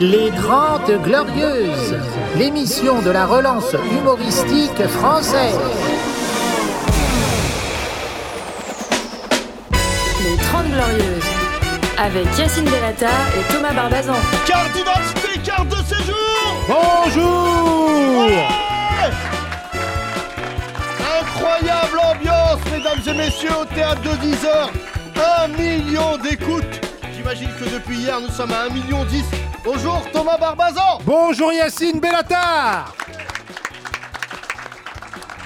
Les Grandes Glorieuses, l'émission de la relance humoristique française. Les 30 Glorieuses, avec Yacine Delata et Thomas Barbazan. Carte d'identité, carte de séjour Bonjour Incroyable ambiance, mesdames et messieurs, au théâtre de 10 heures. Un million d'écoutes. J'imagine que depuis hier, nous sommes à 1 million 10. Bonjour Thomas Barbazan Bonjour Yacine Bellatar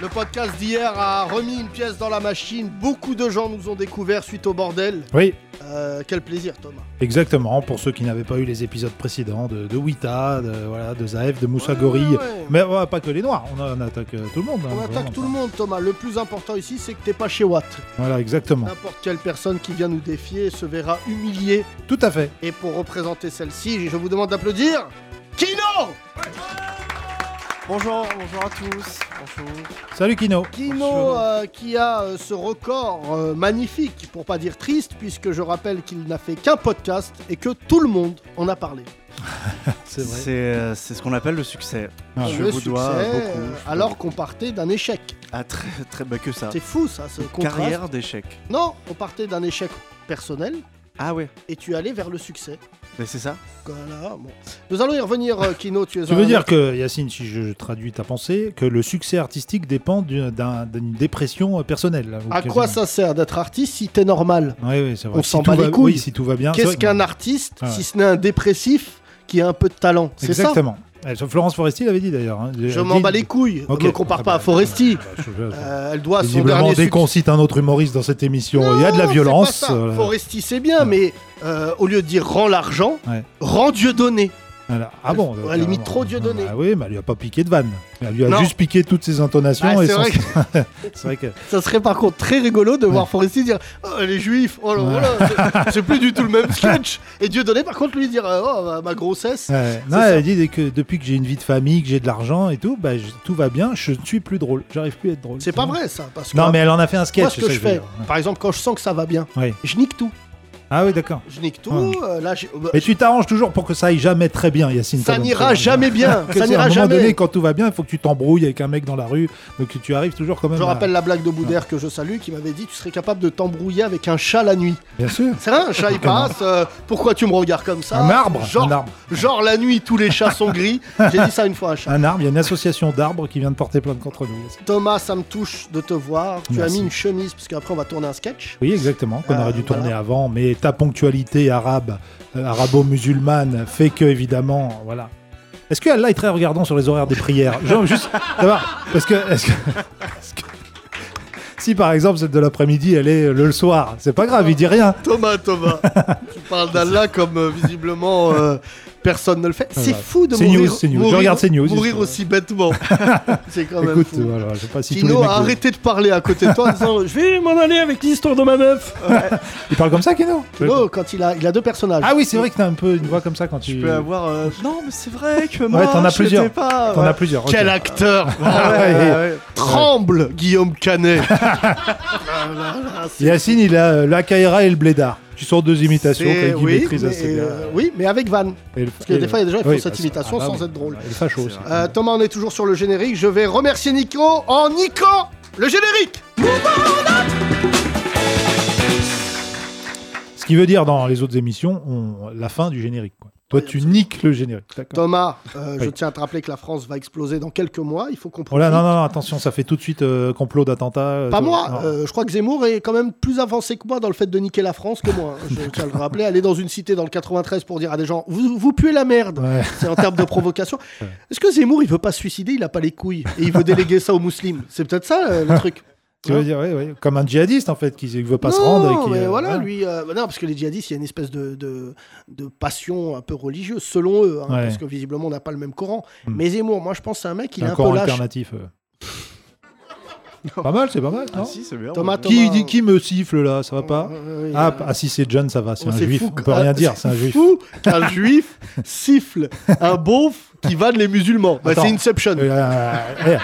Le podcast d'hier a remis une pièce dans la machine. Beaucoup de gens nous ont découvert suite au bordel. Oui, Euh, quel plaisir Thomas. exactement, pour ceux qui n'avaient pas eu les épisodes précédents de, de Wita, de, voilà, de Zaef, de Moussa Ouais, Gorille. ouais. Mais ouais, pas que les Noirs, on, on attaque euh, tout le monde. hein, On vraiment. attaque tout le monde Thomas. Le plus important ici, c'est que t'es pas chez Watt. Voilà, exactement. N'importe quelle personne qui vient nous défier se verra humiliée. Tout à fait. Et pour représenter celle-ci, je vous demande d'applaudir Kino Bonjour, bonjour à tous. Bonjour. Salut Kino Kino euh, qui a euh, ce record euh, magnifique, pour pas dire triste, puisque je rappelle qu'il n'a fait qu'un podcast et que tout le monde en a parlé. C'est vrai. C'est euh, c'est ce qu'on appelle le succès. Ah. je Le vous succès, dois beaucoup. euh, je vous alors dois- qu'on partait d'un échec. Ah, très, très, bah, que ça. C'est fou ça, ce contraste. Carrière d'échec. Non, on partait d'un échec personnel Ah ouais, et tu allais vers le succès. mais c'est ça. Voilà, bon. Nous allons y revenir, euh, Kino. Tu, es Tu un- veux dire que, Yacine, si je traduis ta pensée, que le succès artistique dépend d'une d'un- d'une dépression euh, personnelle. là, ou À quoi quasiment. ça sert d'être artiste si t'es normal Oui, oui, c'est vrai. On Si s'en tout bat va- les couilles. Oui, si tout va bien. c'est Qu'est-ce vrai. qu'un artiste Ah ouais. si ce n'est un dépressif qui a un peu de talent C'est ça Exactement. Eh, Florence Foresti l'avait dit d'ailleurs. hein. Je Elle m'en dit- bats les couilles. Ok. Ne me compare Ah pas bah, à Foresti. bah, je- je- Euh, elle doit son Visiblement, dernier dès succès. qu'on cite un autre humoriste dans cette émission, il y a de la Non, c'est violence. pas ça. euh, Foresti, c'est bien, mais euh, au lieu de dire rends l'argent, Ouais. rends Dieu donné. voilà. Ah bon Elle carrément. limite trop Dieudonné. Ah oui, mais elle lui a pas piqué de vanne. Elle lui a Non. juste piqué toutes ses intonations. Ah, et c'est son- vrai que c'est vrai que... ça serait par contre très rigolo de voir Foresti dire Oh, les juifs, oh là Ouais. là, c'est- c'est plus du tout le même sketch. Et Dieu donné, par contre, lui dire Oh, ma- ma grossesse. Ouais. Non, ça. elle dit que depuis que j'ai une vie de famille, que j'ai de l'argent et tout, bah, je- tout va bien, je ne suis plus drôle. J'arrive plus à être drôle. C'est pas vrai ça, parce que Non, mais elle en a fait un sketch. moi, ce que c'est je ça fais, veux dire. par exemple, quand je sens que ça va bien, Ouais. je nique tout. Ah oui, d'accord. Je nique tout. Ouais. euh, là, j'ai- Et tu t'arranges toujours pour que ça aille jamais très bien, Yacine. ça Talon. n'ira jamais bien. ça Que si, à un n'ira moment jamais. donné, quand tout va bien, il faut que tu t'embrouilles avec un mec dans la rue. Donc tu arrives toujours quand même. Je à- rappelle la blague de Boudère que je salue qui m'avait dit Tu serais capable de t'embrouiller avec un chat la nuit. Bien sûr. C'est vrai, un chat il passe, euh, pourquoi tu me regardes comme ça Un arbre, genre, un arbre. genre la nuit, tous les chats sont gris. J'ai dit ça une fois à un chat. Un arbre, il y a une association d'arbres qui vient de porter plainte contre nous. Yacine. Thomas, ça me touche de te voir. Tu Merci. as mis une chemise, parce qu'après on va tourner un sketch. Oui, exactement, qu'on Euh, aurait dû voilà. tourner avant, mais ta ponctualité arabe, euh, arabo-musulmane, fait que, évidemment, voilà. Est-ce que Allah est très regardant sur les horaires des prières Genre, juste savoir, parce que, est-ce que- est-ce que- Si par exemple celle de l'après-midi, elle est le soir, c'est pas grave, il dit rien. Thomas, Thomas, tu parles d'Allah comme euh, visiblement euh, personne ne le fait. C'est Voilà. fou de C'est mourir, news, c'est news. Je mourir- regarde ces news, mourir justement. aussi bêtement. c'est quand même Écoute, Ah, euh, fou. voilà, je sais pas si tous les Kino mecs a le- arrêté de parler à côté de toi en disant Je vais m'en aller avec l'histoire de ma meuf. Il parle comme ça, Kino Kino, Oh, quand il a, il a deux personnages. Ah oui, c'est vrai que t'as un peu une voix comme ça quand tu. Je peux avoir. euh, Non, mais c'est vrai que moi. Ouais, t'en as je plusieurs. l'étais Pas, T'en ouais. as plusieurs. ok. Quel acteur Ah ouais, Ouais, ouais. ouais. Tremble, Guillaume Canet Ah là là, c'est- Yacine, il a euh, la Kaira et le Blédard, qui sont deux imitations c'est- qu'il Eh oui, maîtrise mais, assez bien. euh, oui, mais avec Van. Et le- Parce que et des le- fois, il y a des gens qui oui, font cette bah, ça- imitation ah bah sans oui. être drôle. Et le facho aussi. Euh, Thomas, on est toujours sur le générique. Je vais remercier Nico en Nico le générique Ce qui veut dire, dans les autres émissions, on- la fin du générique. quoi. Toi, tu niques le générique. D'accord. Thomas, euh, je Oui. tiens à te rappeler que la France va exploser dans quelques mois. Il faut qu'on Oh là, non, non, non, attention, ça fait tout de suite euh, complot d'attentat. euh, Pas tout- moi, non. euh, je crois que Zemmour est quand même plus avancé que moi dans le fait de niquer la France que moi. hein. Je tiens à le rappeler, aller dans une cité dans le 93 pour dire à des gens Vous, vous puez la merde Ouais. C'est en termes de provocation. Est-ce que Zemmour, il veut pas se suicider Il a pas les couilles et il veut déléguer ça aux musulmans C'est peut-être ça euh, le truc. Tu veux dire, oui, oui, comme un djihadiste, en fait, qui ne veut Ah, pas se Non, rendre. Et qui, mais euh, voilà, voilà. lui. euh, bah non, parce que les djihadistes, il y a une espèce de, de, de passion un peu religieuse, selon eux, hein, Ouais. parce que visiblement, on n'a pas le même Coran. Hmm. Mais Zemmour, moi, je pense que c'est un mec, il est un un peu corps lâche. alternatif. euh. pas mal, c'est pas mal. Ah non si, c'est bien. Thomas, ouais. qui, Thomas, dit, qui me siffle là Ça va pas Euh, oui, ah, euh, ah, si c'est John, ça va, c'est Oh, un c'est juif. fou On que- peut ah, rien dire, c'est un juif. fou qu'un juif siffle un beauf qui vanne les musulmans. Bah, Attends. c'est Inception. Euh, euh, eh,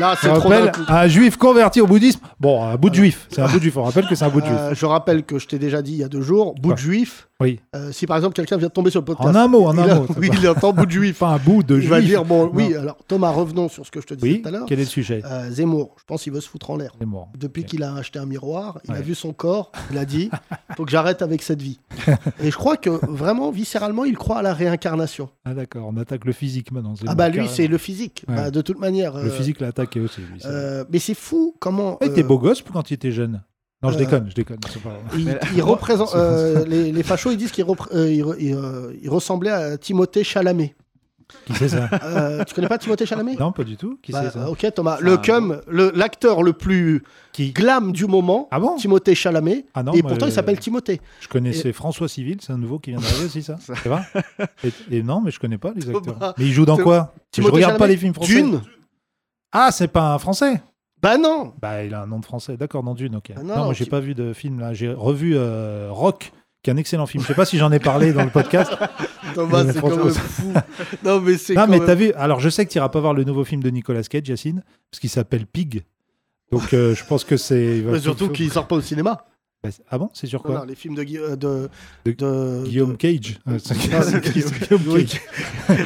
Là, Je c'est trop d'un rappelle, coup. un juif converti au bouddhisme. Bon, un bout de juif. C'est un bout de juif. On rappelle que c'est un bout de juif. Euh, je rappelle que je t'ai déjà dit il y a deux jours, bout Ouais. de juif. Oui. euh, si par exemple quelqu'un vient de tomber sur le podcast, En un mot, en il un a- mot. oui, il entend bout de juif. Enfin, un bout de Il va juif. dire bon, oui. Non. Alors Thomas, revenons sur ce que je te disais Oui, tout à l'heure. quel est le sujet Euh, Zemmour, je pense qu'il veut se foutre en l'air. Il est mort. Depuis Ok. qu'il a acheté un miroir, il a Ouais. vu son corps, il a dit faut que j'arrête avec cette vie. Et je crois que vraiment, viscéralement, il croit à la réincarnation. Ah d'accord, on attaque le physique maintenant. Ah Zemmour, bah lui, carrément. c'est le physique. Ouais. Bah, de toute manière. Le euh, physique l'a attaqué aussi. lui, c'est vrai. Ah, euh, mais c'est fou comment. Il était euh, beau gosse quand il était jeune. Non, je euh, déconne, je déconne. c'est pas- Il, Mais- il représente euh, les, les fachos, ils disent qu'il repr- euh, il re- il, euh, il ressemblait à Timothée Chalamet. Qui c'est ça Euh, tu connais pas Timothée Chalamet Non, pas du tout. Qui Bah, c'est ça Ok Thomas, le Ah, cum, le- l'acteur le plus Qui glam du moment, Ah bon Timothée Chalamet, Ah non, et moi, pourtant il euh, s'appelle Timothée. Je connaissais François Civil, c'est un nouveau qui vient d'arriver aussi, ça C'est vrai et, et non, mais je connais pas les Thomas, acteurs. Mais il joue dans Thé- quoi Je Timothée regarde pas Chalamet, les films français. Dune Ah, c'est pas un français Bah non Bah, il a un nom de français. D'accord, dans Dune, ok. Ah non, non, moi, j'ai tu- pas vu de film là. J'ai revu euh, Rock, qui est un excellent film. Je sais pas si j'en ai parlé dans le podcast. Thomas, Mais c'est quand François- même fou. non mais c'est Non, quand mais même- t'as vu Alors, je sais que t'iras pas voir le nouveau film de Nicolas Cage, Yacine, parce qu'il s'appelle Pig. Donc, euh, je pense que c'est. il va- Mais surtout faut- qu'il sort pas au cinéma. Bah, c'est- Ah bon C'est sur Non, non, quoi les films de, Gui- euh, de, De de- Guillaume de- Cage. Euh, c'est- Non, c'est- de- c'est Guillaume Oui. Cage.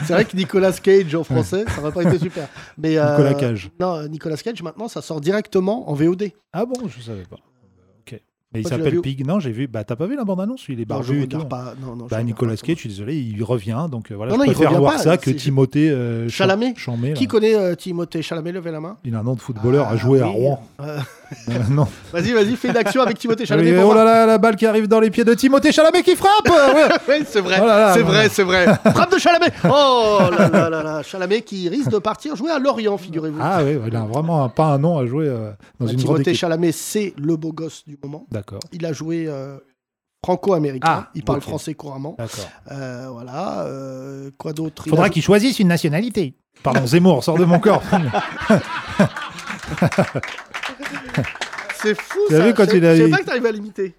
C'est vrai que Nicolas Cage en français, ça aurait pas été super. Mais euh, Nicolas Cage. Non, Nicolas Cage maintenant, ça sort directement en VOD. Ah bon Je savais pas. Ok. Mais il Moi, je l'ai s'appelle vu. Pig. Non, j'ai vu. Bah, t'as pas vu la bande-annonce Il est Non, je barbu et tout. regarde pas. Non, non, je Bah, regarde Nicolas pas, Cage, je suis désolé, il revient. Donc euh, voilà, Non, non, je il préfère revient voir pas, ça que c'est- Timothée euh, Cham- Chalamet. Chalamet, là. Qui connaît euh, Timothée Chalamet Levez la main. Il a un nom de footballeur Ah, à jouer à oui. Rouen. Euh, Euh, non. Vas-y, vas-y, fais une action avec Timothée Chalamet. Oui, pour oh là voir. là, la balle qui arrive dans les pieds de Timothée Chalamet qui frappe euh, ouais. Oui, c'est vrai, Oh là là, c'est non, vrai, non. c'est vrai. Frappe de Chalamet. Oh là là là là, Chalamet qui risque de partir jouer à Lorient, figurez-vous. Ah oui, il a vraiment un- pas un nom à jouer euh, dans Bah, une grande Timothée équipe. Chalamet, c'est le beau gosse du moment. D'accord, Il a joué euh, franco-américain. Ah, il parle ok. français couramment. d'accord. Euh, voilà. euh, quoi d'autre Il a Faudra joué- qu'il choisisse une nationalité. Pardon, Zemmour, sors de mon corps. C'est fou. T'as ça. vu quand Je- il a- Je sais pas que t'arrives à l'imiter.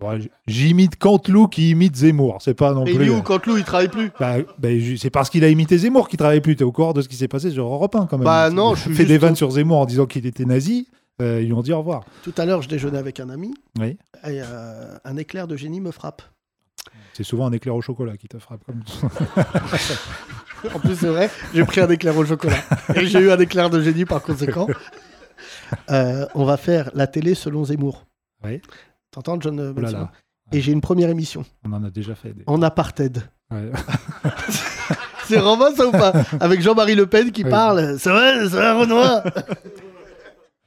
Bon, j- J'imite Canteloup qui imite Zemmour. C'est pas non Mais plus. lui euh, ou Cantelou, il travaille plus. Bah, bah, ju- c'est parce qu'il a imité Zemmour qu'il travaillait plus. T'es au courant de ce qui s'est passé sur Europe 1 quand même. Bah non, Il je suis fait des juste- vannes sur Zemmour en disant qu'il était nazi. Euh, ils lui ont dit au revoir. Tout à l'heure, je déjeunais avec un ami. Oui. Et euh, un éclair de génie me frappe. C'est souvent un éclair au chocolat qui te frappe. Comme... En plus, c'est vrai, j'ai pris un éclair au chocolat. Et j'ai eu un éclair de génie par conséquent. Euh, on va faire la télé selon Zemmour. Oui. T'entends, John euh, Oh là Maxwell là, Et j'ai une première émission, on en a déjà fait des. en apartheid. Ouais. C'est vraiment ça ou pas Avec Jean-Marie Le Pen qui Oui. parle. C'est vrai, c'est vrai, Renoir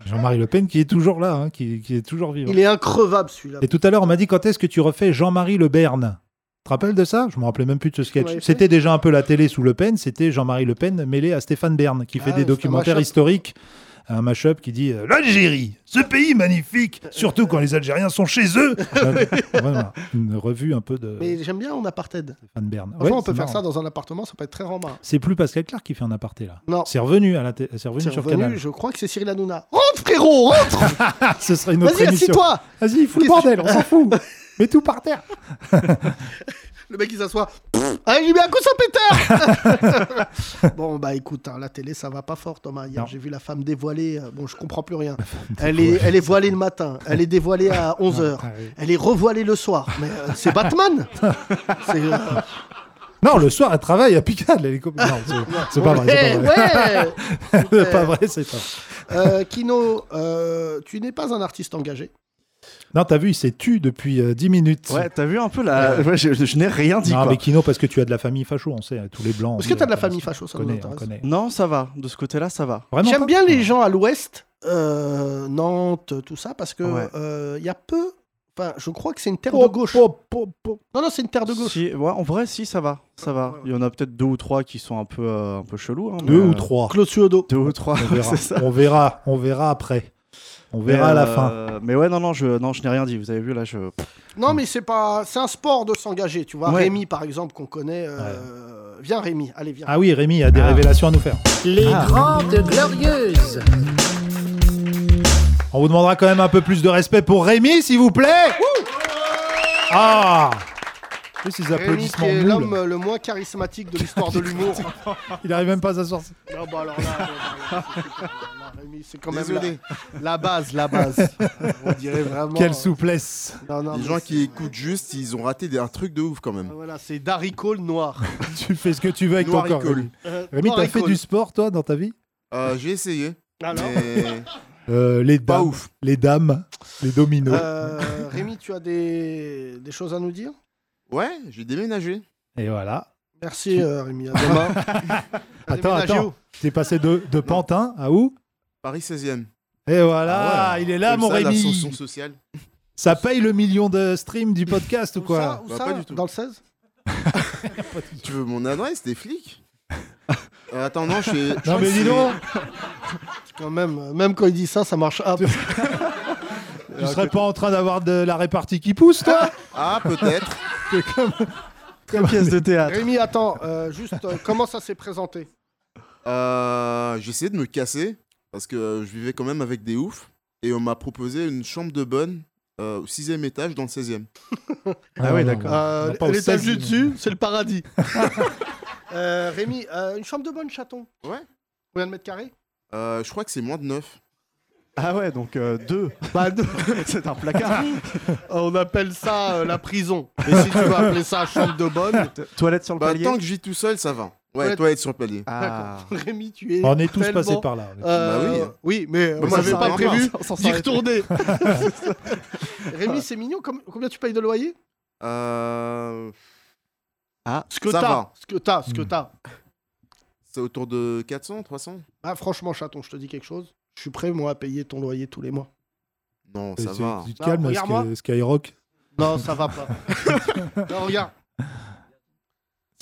Jean-Marie Le Pen qui est toujours là, hein, qui, qui est toujours vivant. Il est increvable celui-là. Et tout à l'heure, on m'a dit quand est-ce que tu refais Jean-Marie Le Bern Tu te rappelles de ça Je me rappelais même plus de ce Tu sketch. l'avais fait C'était déjà un peu la télé sous Le Pen, c'était Jean-Marie Le Pen mêlé à Stéphane Bern qui Ah, fait c'est des un documentaires mash-up. historiques. Un mash-up qui dit euh, L'Algérie, ce pays magnifique, surtout quand les Algériens sont chez eux. Voilà, une revue un peu de Mais j'aime bien en apartheid. Stéphane Bern. Franchement, Ouais, on peut c'est faire marrant. ça dans un appartement, ça peut être très rembrandt. C'est plus Pascal Clark qui fait un aparté là. Non. C'est revenu, à la té- c'est revenu C'est sur revenu, Canal. je crois que c'est Cyril Hanouna. Rentre frérot, rentre Ah, ce serait une autre Vas-y, émission. assis-toi Vas-y, fous le Qu'est-ce bordel, on s'en fout. Mets tout par terre. Le mec il s'assoit. Ah, Pff, Allez, j'ai mis un coup Saint-Péter Bon, bah écoute, hein, la télé ça va pas fort, Thomas. Hier Non. j'ai vu la femme dévoilée. euh, Bon, je comprends plus rien. Elle est, elle est voilée le matin, elle est dévoilée à 11h. Ah, oui. Elle est revoilée le soir. Mais euh, c'est Batman C'est. euh, Non, le soir, elle travaille à Picard. Elle est comme- Non, c'est- c'est pas vrai. ouais, C'est pas vrai. euh, ouais. C'est pas vrai, c'est pas vrai. Euh, Kino, euh, tu n'es pas un artiste engagé. Non, t'as vu, il s'est tu depuis euh, 10 minutes. Ouais, t'as vu un peu la. Ouais, je, je- je n'ai rien dit. non, quoi. mais Kino, parce que tu as de la famille facho, on sait, hein, tous les blancs. Parce on que sait, t'as de la on famille connaît, facho, ça on nous connaît, on intéresse. connaît. Non, ça va. De ce côté-là, ça va. Vraiment J'aime pas bien les gens à l'ouest, euh, Nantes, tout ça, parce que Ouais. euh, il y a peu. Enfin, je crois que c'est une terre Oh, de gauche. oh, oh, oh. Non, non, c'est une terre de gauche. Si- ouais, en vrai, si, ça va. Ça va. Ouais, ouais. Il y en a peut-être deux ou trois qui sont un peu, euh, un peu chelous. hein, Deux mais, ou euh, trois. Claude Suodo. Deux ou trois, On verra. c'est ça. on verra, on verra après. On verra Mais, à la euh, fin. Mais ouais, non, non, je, non, je n'ai rien dit. Vous avez vu, là, je. Non, mais c'est pas, c'est un sport de s'engager, tu vois. Ouais. Rémi, par exemple, qu'on connaît. euh, Viens, Rémi, allez, viens. Ah oui, Rémi a des Ah. révélations à nous faire. Les Ah. Grandes Glorieuses. On vous demandera quand même un peu plus de respect pour Rémi, s'il vous plaît. Ah Oui, ces Rémi qui applaudissements est moules. l'homme le moins charismatique de l'histoire de l'humour. Il arrive même pas à sortir. Non, bah alors là, là, là, Rémi, c'est quand même la, Désolé. la base, la base. On dirait vraiment. Quelle souplesse Non, non, Les mais gens c'est- Ah, qui écoutent juste, ils ont raté des- un truc de ouf quand même. Voilà, c'est d'haricot noir. Tu fais ce que tu veux avec Noir ton corps. et colle. Rémi, Euh, Rémi, noir t'as et fait col. du sport, toi, dans ta vie Euh, J'ai essayé, Alors mais Euh, Les pas dames. ouf. Les dames. Les dominos. Euh, Rémi, tu as des, des choses à nous dire Ouais, j'ai déménagé. Et voilà. Merci euh, Rémi, à demain. T'as Attends, déménagé attends. où T'es passé de, de Pantin à où Paris 16e. Et voilà, Ah ouais. il est là, Comme mon ça, Rémi. L'ascension sociale. Ça paye le million de streams du podcast ou Où quoi ça, où Bah, ça pas du tout. Dans le 16 Tu veux mon adresse, t'es flic Euh, Attends, non, je suis. je Non, crois mais que dis c'est- donc, Quand même, euh, même quand il dit ça, ça marche. Ah, tu serais pas en train d'avoir de la répartie qui pousse, toi Ah, peut-être. Comme pièce de théâtre. Rémi, attends, euh, juste euh, comment ça s'est présenté Euh, j'ai essayé de me casser parce que euh, je vivais quand même avec des oufs et on m'a proposé une chambre de bonne euh, au sixième étage dans le 16e. Ah oui, d'accord. Euh, non, pas au L'étage 16, du dessus, c'est le paradis. Euh, Rémi, euh, une chambre de bonne, chaton Ouais. Combien de mètres carrés Euh, je crois que c'est moins de 9. Ah ouais, donc euh, deux. Bah, nous, C'est un placard. Euh, on appelle ça euh, la prison. Et si tu veux appeler ça chambre de bonne, Toilette sur le Bah, palier. tant que je vis tout seul, ça va. Ouais, Ouais. toi, être sur le palier. Ah. Rémi, tu es. Bah, On est tous tellement, passés par là. euh, Bah oui. mais euh, Mais on ça n'avait sert à pas rien. prévu On s'en d'y serait- retourner. Rémi, c'est mignon. com- Combien tu payes de loyer Euh, Ah. Ce que Ça t'as. va. Ce que t'as, ce que Hmm. t'as. c'est autour de 400, 300 Ah, franchement, chaton, je te dis quelque chose. Je suis prêt, moi, à payer ton loyer tous les mois. Non, Et ça Euh, c'est- va. Bah, Tu te Non, calmes, Sky- regarde-moi. Skyrock. Non, ça va pas. non, regarde. Euh,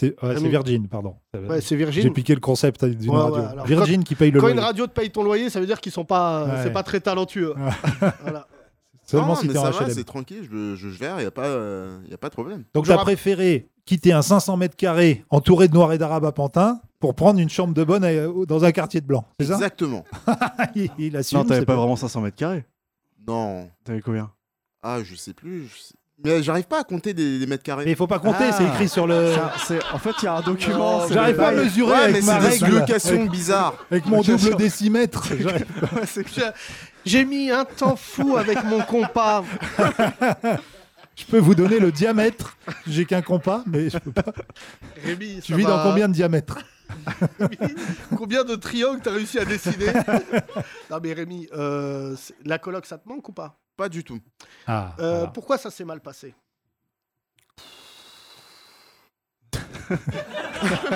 C'est Ah, ouais, c'est mais- Virgin, pardon. Ouais, c'est J'ai Virgin. piqué le concept d'une Ouais, radio. ouais, alors, Virgin qui paye le Quand loyer. une radio te paye ton loyer, ça veut dire qu'ils sont pas. euh, Ouais. C'est pas très talentueux. voilà. Seulement non, si mais t'es en ça va, HLM. c'est tranquille, je, je gère, il n'y a, pas, euh, y a pas de problème. Donc Je t'as rapp- préféré quitter un 500 mètres carrés entouré de noirs et d'arabes à Pantin pour prendre une chambre de bonne à- au- dans un quartier de blanc, c'est ça Exactement. Il, il assume. Non, t'avais c'est pas pas- vraiment 500 mètres carrés. Non. T'avais combien Ah, je sais plus. je sais- Mais j'arrive pas à compter des, des mètres carrés. Mais il faut pas compter, Ah. c'est écrit sur le. Ça, c'est- En fait, il y a un document. Non, c'est J'arrive le pas à bail. mesurer ouais, mais avec ma c'est des règle, avec, locations bizarres. avec mon double décimètre. J'arrive- Je- J'ai mis un temps fou avec mon compas. Je peux vous donner le diamètre. J'ai qu'un compas, mais je peux pas. Rémi, tu ça vis va, dans combien de diamètres Rémi Combien de triangles t'as réussi à dessiner Non mais Rémi, euh, c'est- la coloc ça te manque ou pas Pas du tout. Ah, Euh, voilà. Pourquoi ça s'est mal passé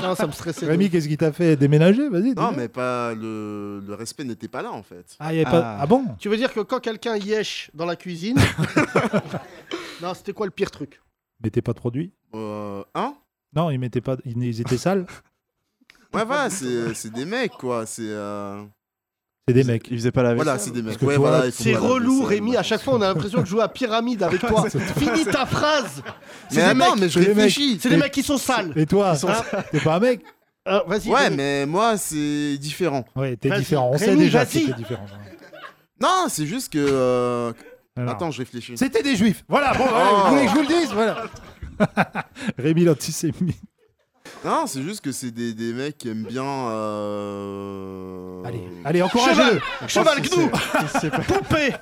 Non, ça me stressait. Rémi, qu'est-ce qui t'a fait déménager Vas-y. Non, dis-le. mais pas le, le respect n'était pas là en fait. Ah, y avait pas- Ah. ah bon Tu veux dire que quand quelqu'un yèche dans la cuisine Non, c'était quoi le pire truc Mettez pas de produits Euh, hein Non, ils mettaient pas. Ils ils étaient sales. Ouais, voilà, c'est c'est des mecs quoi. C'est Ah, euh, C'est des mecs. Il faisait pas la vaisselle. voilà, c'est des mecs. que Ouais, toi, voilà, ils font C'est pas la relou, vaisselle, Rémi. À machin. chaque fois, on a l'impression de jouer à pyramide avec toi. Finis ta phrase. C'est Mais des attends, mecs. mais je c'est des mecs. réfléchis. C'est des mecs qui sont sales. Et toi, sont- t'es pas un mec Euh, Vas-y. Ouais, Rémi. mais moi c'est différent. Ouais, t'es Vas-y, différent. On sait Rémi, déjà vas-y. que t'es différent. Non, c'est juste que. euh, Alors. Attends, je réfléchis. C'était des juifs. Voilà, bon, voilà, Oh. vous voulez que je vous le dise Voilà. Rémi l'antisémite. Non, c'est juste que c'est des, des mecs qui aiment bien. euh, Allez, allez, encouragez-le. Cheval Gnou, C'est pas- Pompé,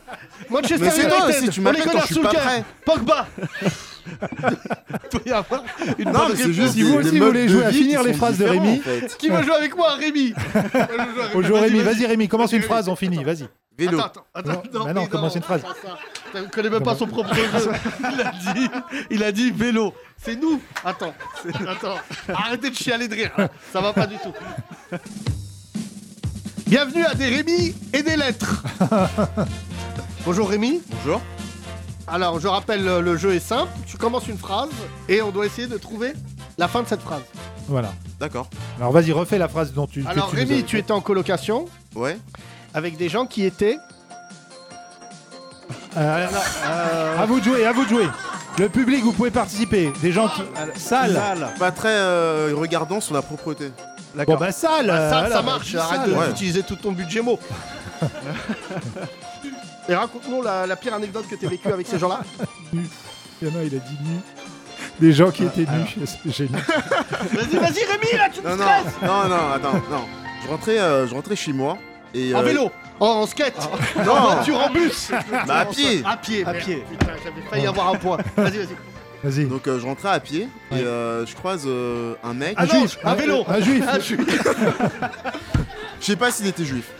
Manchester Mais c'est toi United. aussi, on tu les m'appelles quand connaît je suis sous le pas cœur. prêt. Pogba. Il peut y avoir une Non, bonne mais c'est réponse. juste Si vous des- aussi, des vous modes voulez de jouer à vie finir qui les sont phrases de différents, Rémi. en fait. Qui veut jouer avec moi, Rémi Bonjour Rémi, vas-y Rémi, commence une phrase, on finit, vas-y. Vélo. Attends, attends, attends. Non, mais non, commence une phrase. pas ça. Tu connais même pas son propre jeu. Il a dit, il a dit vélo. C'est nous. Attends, c'est- attends. Arrêtez de chialer de rire. Ça va pas du tout. Bienvenue à des Rémi et des lettres. Bonjour Rémi. Bonjour. Alors, je rappelle, euh, le jeu est simple. Tu commences une phrase et on doit essayer de trouver la fin de cette phrase. Voilà. D'accord. Alors vas-y, refais la phrase dont tu. que Alors, tu nous as- Rémi, tu étais en colocation Ouais. avec des gens qui étaient. Euh, euh, à vous de jouer, à vous de jouer. Le public, vous pouvez participer. Des gens qui. Sale. Sale. Pas très euh, regardant sur la propreté. Bon bah sale. Ah, ça, ça euh, voilà. marche. Sale. Arrête de- Ouais. d'utiliser tout ton budget mot. Et raconte-nous la, la pire anecdote que t'as vécue avec ces gens-là. Il y en a, il a dit nu. des gens qui étaient nus. C'est génial. Vas-y, vas-y, Rémi, là, tu me Non, non, stresses non, non, attends, non. Je rentrais, euh, je rentrais chez moi. Et, En euh, vélo, en, en skate, en Non, voiture, en bus bah, à pied. À pied, À merde, pied. Putain, j'avais failli avoir un point. Vas-y, vas-y. Vas-y. Donc euh, je rentrais à pied et euh, je croise euh, un mec. Ah non, un un- vélo. Un juif. Ah, je suis... Je sais pas s'il était juif.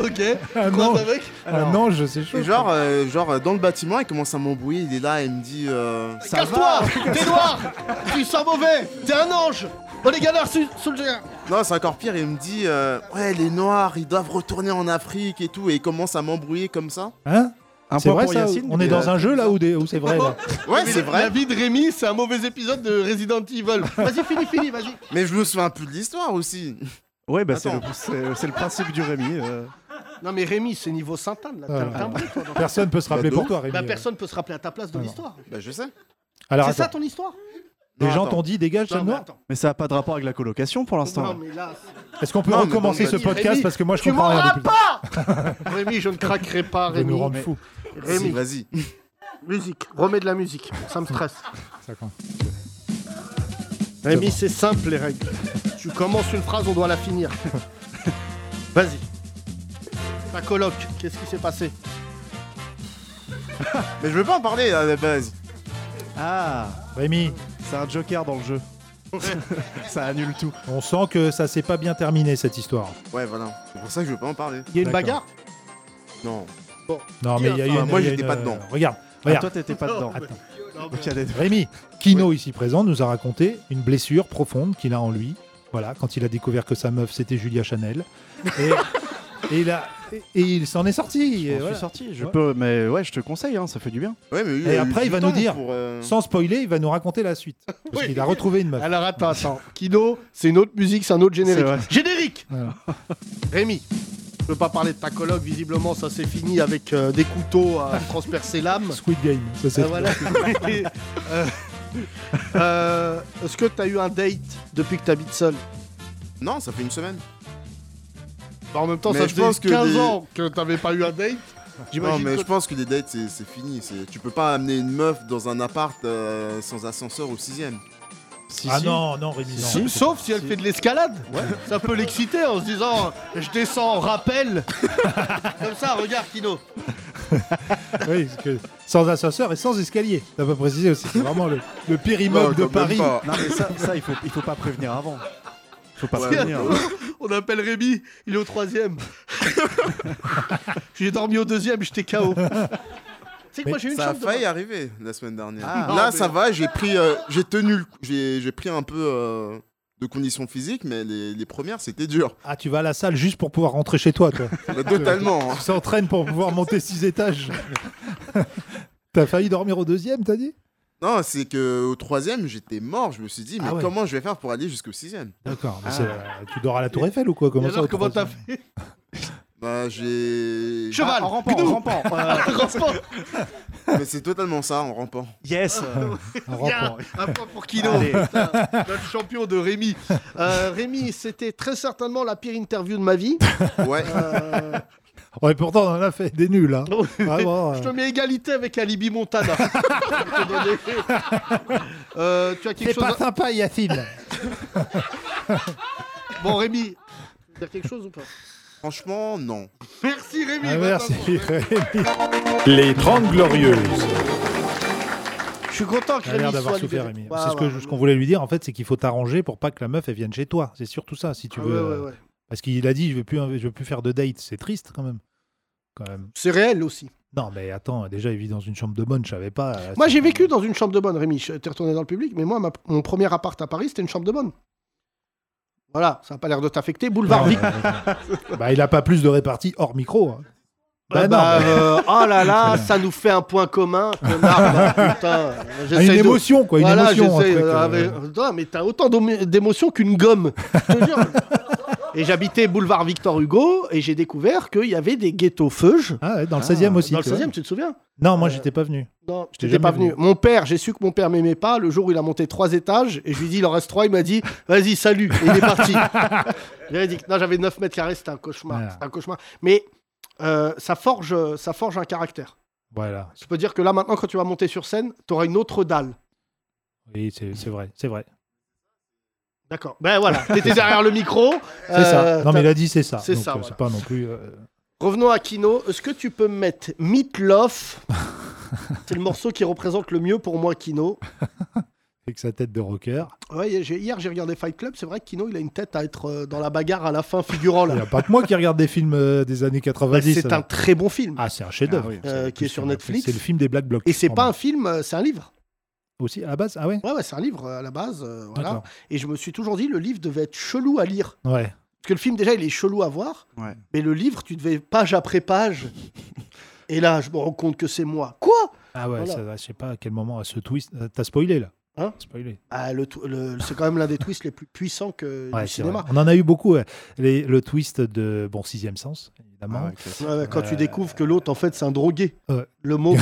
Ok, Un croise ange. avec Un ange, c'est chaud. Et genre, euh, genre euh, dans le bâtiment, il commence à m'embrouiller. Il est là, il me dit. euh, Casse-toi T'es noir Tu sens mauvais T'es un ange Oh les galères sous, sous le Non, c'est encore pire. Il me dit euh, ouais, les Noirs, ils doivent retourner en Afrique et tout, et il commence à m'embrouiller comme ça. Hein Un C'est point vrai pour ça Yacine. On est mais, dans euh, un jeu là où, des- où c'est vrai là Ouais, Mais Ah, c'est la- La vrai. vie de Rémi, c'est un mauvais épisode de Resident Evil. Vas-y, fini, fini, vas-y. Mais je me souviens plus de l'histoire aussi. Ouais, bah c'est le, Attends. c'est- c'est le principe du Rémi. euh. Non mais Rémi, c'est niveau Sainte-Anne là. T'as- Voilà. t'as un bruit, toi, dans- Personne peut se rappeler Bah, pour de toi, Rémi. Bah, personne peut se rappeler à ta place de Alors. l'histoire. Bah je sais. Alors C'est ça attends, ton histoire les Non, gens attends. t'ont dit dégage, Non, Sam mais Noir. attends. Mais ça n'a pas de rapport avec la colocation pour Non, l'instant. mais là, c'est- Est-ce qu'on peut Non, mais recommencer bon, ce Rémi, podcast Rémi, parce que moi je tu comprends m'en rien râles depuis. pas Rémi, je ne craquerai pas, De nous Rémi. rendre fous. Si, Rémi, vas-y. musique, remets de la musique, ça me stresse. Ça compte. Rémi, c'est simple les règles. Tu commences une phrase, on doit la finir. Vas-y. Ta coloc, qu'est-ce qui s'est passé Mais je veux pas en parler euh, bah, à la base. Ah, Rémi, c'est un joker dans le jeu. ça annule tout. on sent que ça s'est pas bien terminé cette histoire. Ouais, voilà. C'est pour ça que je veux pas en parler. Il y a une D'accord. bagarre Non. Non, Dis mais un il y a eu peu. une. Moi, il y a j'étais une- euh, pas dedans. Regarde, Ah, regarde. toi, t'étais pas Non, dedans. mais- Donc il y a des- Rémi, Kino ici présent, nous a raconté une blessure profonde qu'il a en lui. Voilà, quand il a découvert que sa meuf c'était Julia Chanel. Et, et il, a- et- et il s'en est sorti. Je et m'en voilà. suis sorti. Je Ouais. peux, mais ouais, je te conseille, hein, ça fait du bien. Ouais, mais lui, Et a eu après, il du va nous temps dire. pour, euh, Sans spoiler, il va nous raconter la suite. Parce Oui. Ah, qu'il a retrouvé une meuf. Alors attends, attends. Kido, c'est une autre musique, c'est un autre générique. C'est vrai. Générique Voilà. Rémi, je peux pas parler de ta coloc, visiblement ça s'est fini avec euh, des couteaux à transpercer l'âme. Squid Game, ça c'est. Euh, voilà. Et, euh, euh, Est-ce que t'as eu un date depuis que t'habites seul Non, ça fait une semaine. Bah, En même temps, Mais ça je fait pense que 15 des- ans que t'avais pas eu un date. Non, J'imagine mais que- je pense que les dates, c'est c'est fini. c'est- Tu peux pas amener une meuf dans un appart euh, sans ascenseur au sixième. Si, Ah si. non, non, Rémi, non. Si. Sauf si elle fait de l'escalade. Ça peut l'exciter en se disant je descends en rappel. Comme ça, regarde Kino. Oui, parce que sans ascenseur et sans escalier. T'as pas précisé aussi, c'est vraiment le, le pire immeuble de Non, Bah, quand même Paris. pas. Non, mais ça, ça, il, faut, il faut pas prévenir avant. Il faut pas Ouais. prévenir. On appelle Rémi, il est au troisième. J'ai dormi au deuxième, j'étais KO. Tu sais que Mais moi j'ai eu une Ça a chance de- failli hein. arriver la semaine dernière. Ah. Là, Ah, ça va, j'ai pris, euh, j'ai tenu, le coup, j'ai j'ai pris un peu euh, de conditions physiques, mais les, les premières, c'était dur. Ah, tu vas à la salle juste pour pouvoir rentrer chez toi, toi. Mais totalement. hein. tu s'entraînes pour pouvoir monter six étages. T'as failli dormir au deuxième, t'as dit Non, c'est que au troisième, j'étais mort. Je me suis dit, mais Ah ouais. comment je vais faire pour aller jusqu'au sixième D'accord. mais c'est, euh, tu dors à la Tour Eiffel ou quoi Et Comment ça alors, au comment t'as troisième fait Bah, j'ai. Cheval, Ah, en rampant, Gnou. en rampant. Euh, Franchement, Mais c'est totalement ça en rampant. yes. Ah En il y a rampant. Un point pour Kino, Allez. Putain, notre champion de Rémi. Euh, Rémi, c'était très certainement la pire interview de ma vie. Ouais. Euh, Ouais, pourtant, on en a fait des nuls, hein. Non. Vraiment, Je te euh, mets égalité avec Alibi Montana. Je vais te donner. Euh, tu as quelque C'est chose pas à- sympa, Yacine. Bon Rémi, tu as quelque chose ou pas Franchement, non. Merci Rémi. Ah, va merci, t'avoir. Rémi. Les 30 Glorieuses. Je suis content que T'as Rémi l'air soit d'avoir libéré. souffert, Rémi. Ouais, c'est ce que ouais. je- ce qu'on voulait lui dire, en fait, c'est qu'il faut t'arranger pour pas que la meuf, elle vienne chez toi. C'est surtout ça, si tu Ah veux. ouais, euh, ouais, ouais. Parce qu'il a dit, je veux plus, je veux plus faire de date. C'est triste, quand même. Quand même. C'est réel aussi. Non, mais attends, déjà, il vit dans une chambre de bonne, je savais pas. euh, Moi c'est- j'ai vécu dans une chambre de bonne, Rémi. Je- T'es retourné dans le public, mais moi ma- mon premier appart à Paris c'était une chambre de bonne. Voilà, ça n'a pas l'air de t'affecter. Boulevard Non, Vic. euh, bah, il a pas plus de répartie hors micro. hein. Bah, non, Bah, mais- euh, oh là là, ça nous fait un point commun. connard, bah, putain, Ah, une j'essaye de- émotion, quoi. Une voilà, émotion. un j'essaie, truc, euh, euh, avec- Toi, mais t'as autant d'om- d'émotions qu'une gomme. je te jure. Et j'habitais boulevard Victor Hugo et j'ai découvert qu'il y avait des ghettos feuges. Ah, ouais, dans le 16e aussi. Dans le tu vois. 16e, tu te souviens Non, moi, Euh, j'étais pas venu. Non, je t'ai t'étais pas jamais venu. Mon père, j'ai su que mon père m'aimait pas. Le jour où il a monté trois étages et je lui dis il en reste trois, il m'a dit vas-y, salut. Et il est parti. j'avais dit que- non, j'avais 9 mètres carrés, c'était un cauchemar. Voilà. C'était un cauchemar. Mais euh, ça, forge, ça forge un caractère. Voilà. Je peux dire que là, maintenant, quand tu vas monter sur scène, t'auras une autre dalle. Oui, c'est c'est vrai, c'est vrai. D'accord. Ben voilà, t'étais derrière le micro. C'est Euh, ça. Non, t'as- mais il a dit c'est ça. c'est Donc, ça, euh, voilà. C'est pas non plus. euh, Revenons à Kino. Est-ce que tu peux me mettre Meatloaf C'est le morceau qui représente le mieux pour moi Kino. avec sa tête de rocker. Ouais, j'ai- hier j'ai regardé Fight Club. C'est vrai que Kino il a une tête à être euh, dans la bagarre à la fin figurant Il n'y a là. pas que moi qui regarde des films euh, des années 90. Bah, C'est ça. un très bon film. Ah, c'est un chef-d'œuvre. Ah oui. Euh, C'est- qui est sur Netflix. C'est le film des Black Blocs. Et c'est pas Pardon. un film, euh, c'est un livre. aussi à la base. Ah ouais. Ouais, ouais, c'est un livre euh, à la base. euh, voilà. D'accord. Et je me suis toujours dit, le livre devait être chelou à lire. Ouais. Parce que le film, déjà, il est chelou à voir. Ouais. Mais le livre, tu devais page après page. Et là, je me rends compte que c'est moi. Quoi Ah ouais. Voilà. ça va, je sais pas à quel moment à ce twist. euh, T'as spoilé là. Hein Spoilé. Ah, le tw- le- C'est quand même l'un des twists les plus puissants que Ouais, Euh, du c'est cinéma. vrai. On en a eu beaucoup. ouais. Les- le twist de bon sixième sens évidemment. Ah ouais, classe. Ouais, ouais, quand Euh, tu découvres que l'autre, en fait, c'est un drogué. Ouais. Le mot,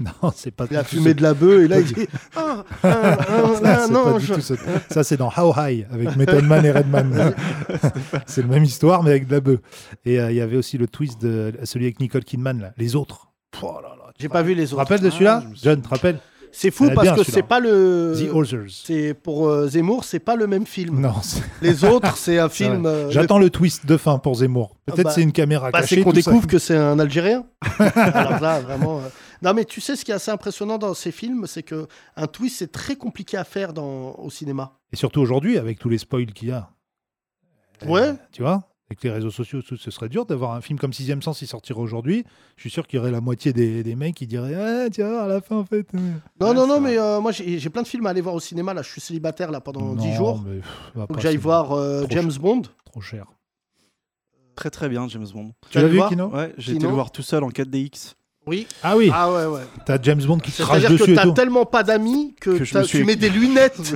Non, c'est pas. il a du tout fumé ce- de la bœuf et là, il dit Ah, un, un, Ça, un c'est pas du ange. tout ce- Ça, c'est dans How High avec Method Man et Redman. c'est la même histoire, mais avec de la bœuf. Et euh, il y avait aussi le twist de celui avec Nicole Kidman, là. Les autres. Oh là là. J'ai pas vu les Tu te autres. Ah, rappelles de celui-là John, tu te rappelles C'est fou Elle est parce bien, que celui-là. c'est pas le. The Others. Euh, C'est pour euh, Zemmour, c'est pas le même film. Euh, Non, c'est- Les autres, c'est un film. euh, j'attends le twist de fin pour Zemmour. Peut-être bah- c'est une caméra Bah, cachée. c'est qu'on tout ça. découvre que c'est un Algérien. Alors là, vraiment. euh, Non, mais tu sais, ce qui est assez impressionnant dans ces films, c'est que un twist, c'est très compliqué à faire dans... au cinéma. Et surtout aujourd'hui, avec tous les spoils qu'il y a. Euh, Ouais. Tu vois Avec les réseaux sociaux, tout, ce serait dur d'avoir un film comme Sixième Sens, il sortirait aujourd'hui. Je suis sûr qu'il y aurait la moitié des, des mecs qui diraient Ah, tu vas voir, à la fin, en fait. euh. Non, Ouais, non, c'est non, vrai. mais euh, moi, j'ai j'ai plein de films à aller voir au cinéma. Là, je suis célibataire là pendant 10 Non, jours. mais, pff, va Faut pas, que j'aille c'est voir euh, trop James Bond. Trop cher. Très très bien, James Bond. Tu l'as le vu, voir Kino Ouais, j'ai Sinon- été le voir tout seul en 4DX. Oui. Ah oui, Ah ouais, ouais. t'as James Bond qui te crache C'est-à-dire que dessus et t'as tout. tellement pas d'amis que, Que je t'as- me suis- tu mets des lunettes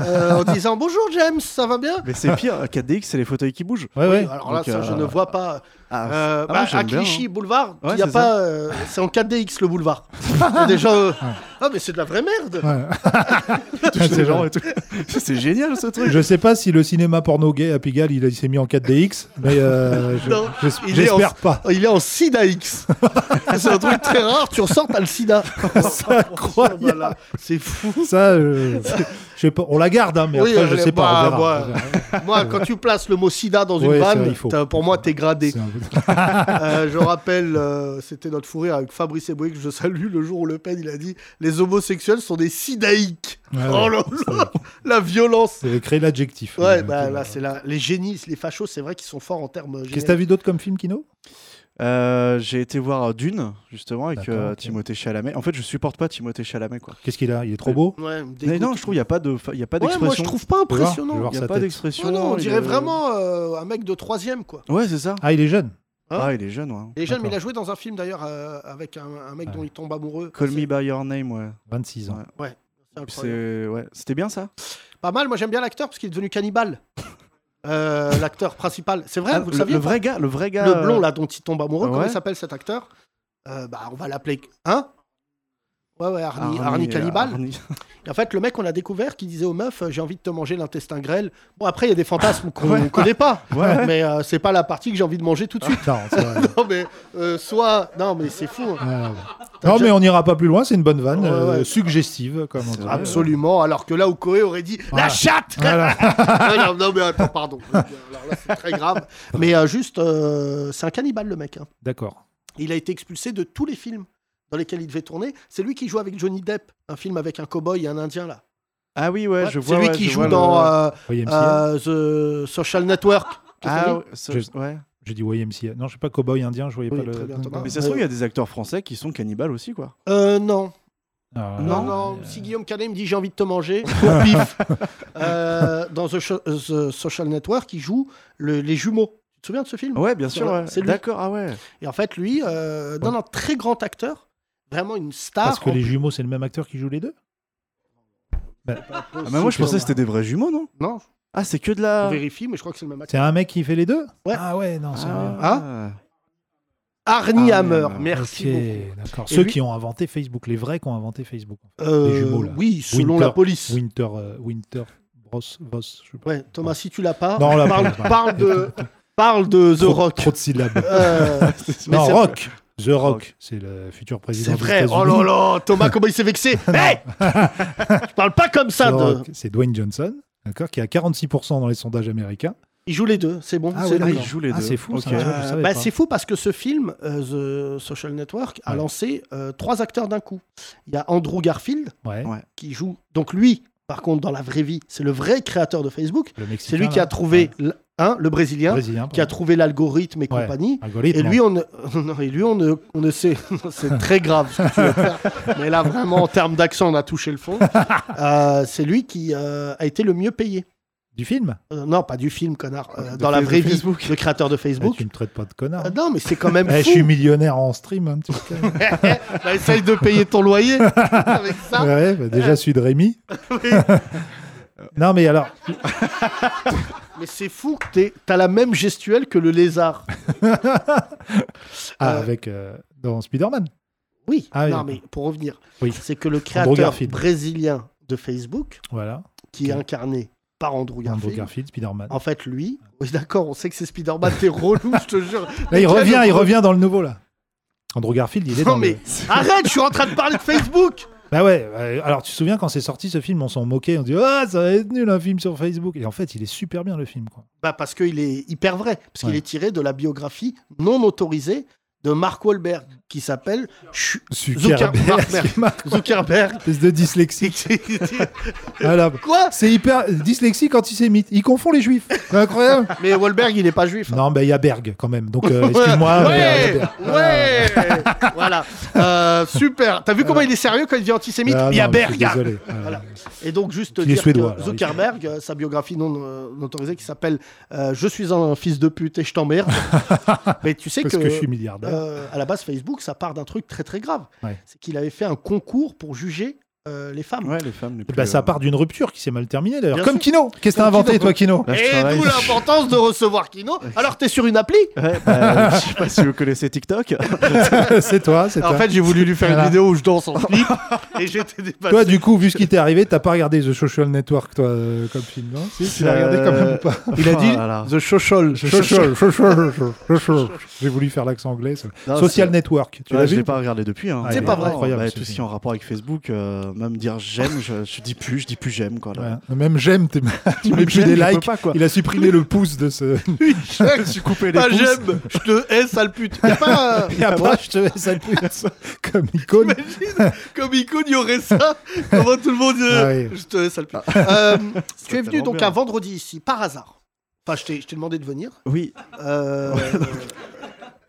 euh, en disant bonjour James, ça va bien Mais c'est pire, 4DX, c'est les fauteuils qui bougent. Ouais, ouais. Alors là, Donc, ça, je euh, ne vois pas. Ah, Euh, Ah bah, ouais, j'aime à bien, Clichy, boulevard, il Ouais, y a c'est pas. euh, c'est en 4DX le boulevard. Et déjà. euh, Ah, mais c'est de la vraie merde! touche c'est les gens et tout. c'est génial ce truc. Je sais pas si le cinéma porno gay à Pigalle, il, il s'est mis en 4DX, mais euh, je- Non, j'es- il est j'espère en- pas. Oh, Il est en SIDA-X! c'est un truc très rare, tu ressors, t'as le sida! C'est incroyable. Oh, bah là, c'est fou! Ça, euh, je sais pas. On la garde, hein, mais Oui, après, je euh, sais pas. on bah, verra. moi, Moi, quand tu places le mot sida dans une Ouais, c'est vrai, vanne, il faut. t'as- pour moi, t'es gradé. C'est un peu- Euh, je rappelle, euh, c'était notre fou rire avec Fabrice Eboué que je salue le jour où Le Pen il a dit Les homosexuels sont des sidaïques. Ah Ouais, oh là là, la violence. C'est créer l'adjectif. Ouais, Euh, bah que- là, c'est là. Les génies, les fachos, c'est vrai qu'ils sont forts en termes. euh, Qu'est-ce que généraux. t'as vu d'autre comme film, Kino Euh, j'ai été voir Dune, justement, avec D'accord, euh, ok. Timothée Chalamet. En fait, je supporte pas Timothée Chalamet, quoi. Qu'est-ce qu'il a Il est Euh, trop beau Ouais, me Mais dégoûte. non, je trouve il n'y a pas de- il y a pas Ouais, moi, je d'expression. trouve pas Tu vas voir, impressionnant. tu vas Il y voir a sa pas tête. d'expression. Ouais, Oh non, on il dirait est- vraiment euh, un mec de troisième, quoi. Ouais, c'est ça. Ah, il est jeune. Hein ah, il est jeune, ouais. Les jeunes, mais il D'accord. a joué dans un film d'ailleurs euh, avec un, un mec Ouais. dont il tombe amoureux. Call Ah, C'est- me by your name, ouais. 26 ans. c'est incroyable. C'est ouais, c'était bien ça. Pas mal, moi j'aime bien l'acteur parce qu'il est devenu cannibale. Euh, l'acteur principal. C'est vrai, Ah, vous le le, saviez le pas vrai gars, le vrai gars. le blond euh, là dont il tombe amoureux, comment ouais. il s'appelle cet acteur Euh, Bah on va l'appeler hein Ouais ouais Arnie, Arnie, euh, Cannibal. Arnie. Et en fait le mec on a découvert qui disait aux meufs euh, j'ai envie de te manger l'intestin grêle. Bon après il y a des fantasmes qu'on Ouais. connaît pas, Ouais. mais euh, c'est pas la partie que j'ai envie de manger tout de suite. Non, c'est vrai. non mais euh, soit non mais c'est fou. hein. Ouais, ouais. Non, mais on n'ira pas plus loin, c'est une bonne vanne, Ouais, ouais. euh, suggestive, comme on dit. Absolument, alors que là, où Corée aurait dit La Voilà. chatte Ah, Voilà. non, non, non, mais attends, pardon. Alors là, c'est très grave. Mais euh, juste, euh, c'est un cannibale, le mec. hein. D'accord. Il a été expulsé de tous les films dans lesquels il devait tourner. C'est lui qui joue avec Johnny Depp, un film avec un cowboy et un indien là. Ah oui, ouais, Ouais, je vois. c'est lui ouais, qui je joue vois le- dans euh, YMCA. euh, The Social Network. Qu'est-ce que t'as Ah dit ouais, ça- Je- ouais. J'ai dit YMCA. Non, je sais pas, cowboy indien, je voyais Oui, pas le. très bien, Thomas. Mais ça se trouve, il y a des acteurs français qui sont cannibales aussi, quoi. Euh, non. Ah, non, Non. Euh. non. Si Guillaume Canet me dit j'ai envie de te manger, au pif. Euh, dans The, Cho- The Social Network, il joue le- les jumeaux. Tu te souviens de ce film Ouais, bien sûr. Voilà, ouais. c'est lui. D'accord, ah ouais. Et en fait, lui, euh, non, non, très grand acteur, vraiment une star. Parce que en- les jumeaux, c'est le même acteur qui joue les deux Oh, Ah, mais moi, je pensais que c'était des vrais jumeaux, non Non, Ah, c'est que de on la. vérifie, mais je crois que c'est le même acteur. C'est un mec qui fait les deux Ouais. Ah ouais, non, c'est un- Ah. Arnie Ah, Hammer, oui, merci beaucoup. Ok, d'accord. Et Ceux lui- qui ont inventé Facebook, les vrais qui ont inventé Facebook. Euh, Les jumeaux, là. Oui, selon Winter- la police. Winter, euh, Winter Bros, Vos, je sais pas. Ouais, Thomas, si tu l'as pas, Non, on l'a parle, pas, on l'a pas. parle de, parle de The Trop- Rock. Trop de syllabes. Euh, mais non, c'est- Rock. The The Rock, c'est le futur président C'est des vrai. États-Unis. Oh là là, Thomas, comment il s'est vexé. Hey Je parle pas comme ça. The de- Rock, c'est Dwayne Johnson, d'accord, qui a 46% dans les sondages américains. Il joue les deux. C'est bon. Ah c'est ouais, d'accord. d'accord. joue les Ah, deux. c'est fou, ça, Ok. tu vois, je Euh, savais bah, pas. c'est fou parce que ce film, euh, The Social Network, a Ouais. lancé euh, trois acteurs d'un coup. Il y a Andrew Garfield Ouais, Ouais. qui joue. Donc lui, par contre, dans la vraie vie, c'est le vrai créateur de Facebook. le Mexicain. C'est lui qui a là. trouvé, Ouais. l- hein, le Brésilien, Brésilien, qui a trouvé l'algorithme et Ouais. compagnie. pardon. Algorithme, Et lui, hein. on ne, non, et lui, on ne, on ne sait. c'est très grave. ce que tu veux faire. Mais là, vraiment, en termes d'accent, on a touché le fond. Euh, c'est lui qui euh, a été le mieux payé. du film. Euh, non, pas du film, connard. Euh, De dans la Fa- de vraie vie, Facebook. le créateur de Eh, Facebook. tu me traites pas de connard. Ah non, mais c'est quand même Eh, je suis fou. millionnaire en stream. hein, tu vois. Bah, essaye de payer ton loyer avec ça. Ouais, bah, Euh. déjà, je suis de Rémi. Euh, non, mais alors, Euh. Mais c'est fou que t'aies- t'as la même gestuelle que le lézard. ah, Euh, avec euh, dans Spider-Man. Oui. Ah non, oui, d'accord. mais pour revenir, Oui. c'est que le créateur Garfield. brésilien de Facebook, Voilà, qui est incarné par Andrew Andrew Garfield. Garfield, Spider-Man. En fait, lui, oui, d'accord, on sait que c'est Spider-Man, t'es relou, je te jure. Là, il Mais revient, quel- il revient dans le nouveau, là. Andrew Garfield, il est Non, dans mais le... arrête, je suis en train de parler de Facebook. Bah ouais, euh, alors tu te souviens quand c'est sorti ce film, on s'en moquait, on dit Ah, ça va être nul un film sur Facebook. Et en fait, il est super bien le film. Quoi. Bah, parce qu'il est hyper vrai, parce qu'il Ouais. est tiré de la biographie non autorisée de Mark Wahlberg, qui s'appelle Ch- Zuckerberg, Zuckerberg. Mark- Zuckerberg. espèce de dyslexique. Voilà. Quoi C'est hyper dyslexique, antisémite. Il confond les juifs. C'est incroyable. Mais Wahlberg, il n'est pas juif. hein. Non, mais il y a Berg quand même. Donc, euh, excuse-moi. mais, euh, il y a Ouais, Berg. ouais, voilà. Euh, super. T'as vu comment il est sérieux quand il dit antisémite Ah, Il y a non, mais je suis Berg. Désolé. Euh, Et donc juste Il est dire suédois, que alors, Zuckerberg, euh, sa biographie non euh, non autorisée qui s'appelle euh, Je suis un fils de pute et je t'emmerde. Mais tu sais parce que, que, je suis milliardaire. euh, à la base Facebook, ça part d'un truc très très grave. Ouais. C'est qu'il avait fait un concours pour juger euh, les femmes. Ouais, les femmes. les Eh plus, ben, ça euh, part d'une rupture qui s'est mal terminée d'ailleurs. Bien Comme sûr. Kino. Qu'est-ce que t'as Comme inventé, Kino. toi, Kino Là, je Et travaille. d'où l'importance de recevoir Kino. Alors t'es sur une appli Ouais, bah, je sais pas si vous connaissez TikTok. C'est toi, c'est En toi. fait, j'ai voulu lui faire Voilà. une vidéo où je danse en slip et j'étais dépassé. Toi, du coup, vu ce qui t'est arrivé, t'as pas regardé The Social Network, toi, euh, comme film, non Si, tu l'as regardé quand même ou pas Il a dit Oh là là. The Social. Social, social, social. J'ai voulu faire l'accent anglais. ça. Non, Social c'est- Network, tu Ouais, l'as je vu l'ai pas regardé depuis. hein. Ah, C'est il est pas vrai. incroyable, Bah, ce tout ce qui est film. en rapport avec Facebook, euh, même dire j'aime, je, je dis plus, je dis plus j'aime quoi. Là. Ouais. Même j'aime, t'es- tu mets Même plus j'aime, des je peux likes. pas, quoi. Il a supprimé le pouce de ce. Je suis coupé les Pas pouces. j'aime, je te hais, sale pute. Y a pas, euh, Et après, je te laisse à plus comme icône. Comme icône, il y aurait ça. Comment tout le monde. euh, Ah oui. Je te laisse, sale pute. Euh, tu es tellement venu donc bien. un vendredi ici, par hasard. Enfin, je t'ai- je t'ai demandé de venir. Oui, Euh,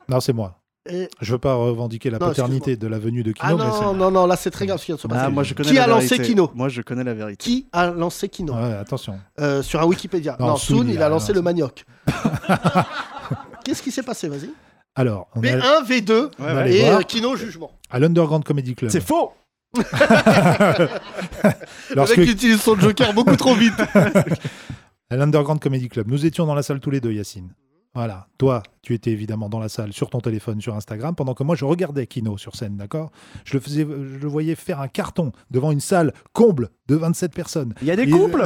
Non, c'est moi. et- Je veux pas revendiquer la Non, paternité de la venue de Kino, Ah mais non, c'est. non, non, là c'est très grave ce qui vient de se passer. Ah, moi je connais Qui la a lancé vérité. Kino Moi je connais la vérité. Qui a lancé Kino Ouais, attention. Euh, Sur un Wikipédia. Non, Non, Soon, Soon, il a lancé lancé. le manioc. Qu'est-ce qui s'est passé Vas-y. Alors, on est V1, V2 Ouais, ouais. et voir. euh, Kino jugement. à l'Underground Comedy Club. C'est faux Lorsque Le mec utilise son joker beaucoup trop vite. à l'Underground Comedy Club. Nous étions dans la salle tous les deux, Yacine. Voilà. Toi, tu étais évidemment dans la salle, sur ton téléphone, sur Instagram, pendant que moi, je regardais Kino sur scène, d'accord je, le faisais- je le voyais faire un carton devant une salle comble de 27 personnes. Il y a des Il- couples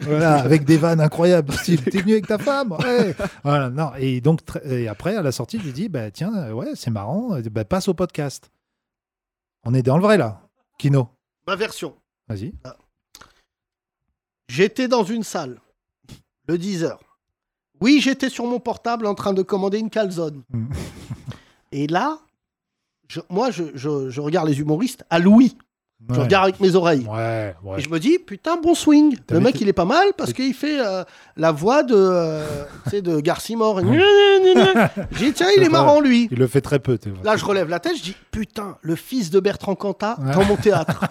Voilà, avec des vannes incroyables. Style, t'es venu avec ta femme ouais. Voilà, non. Et donc, tr- et après, à la sortie, je lui dis, bah, tiens, euh, ouais, c'est marrant, euh, bah, passe au podcast. On est dans le vrai, là. Kino, Ma version. vas-y. J'étais dans une salle, le 10h. Oui, j'étais sur mon portable en train de commander une calzone. Mm. Et là, je- moi, je, je- je regarde les humoristes à Louis. Je Ouais. regarde avec mes oreilles. Ouais, ouais. Et je me dis, putain, bon swing. Le T'avais mec, été- il est pas mal parce qu'il fait euh, la voix de, euh, tu sais, de Garcimore. J'ai dit, tiens, il C'est est marrant, lui. Il le fait très peu, t'es vrai. Là, je relève la tête, je dis putain, le fils de Bertrand Cantat Ouais. dans mon théâtre.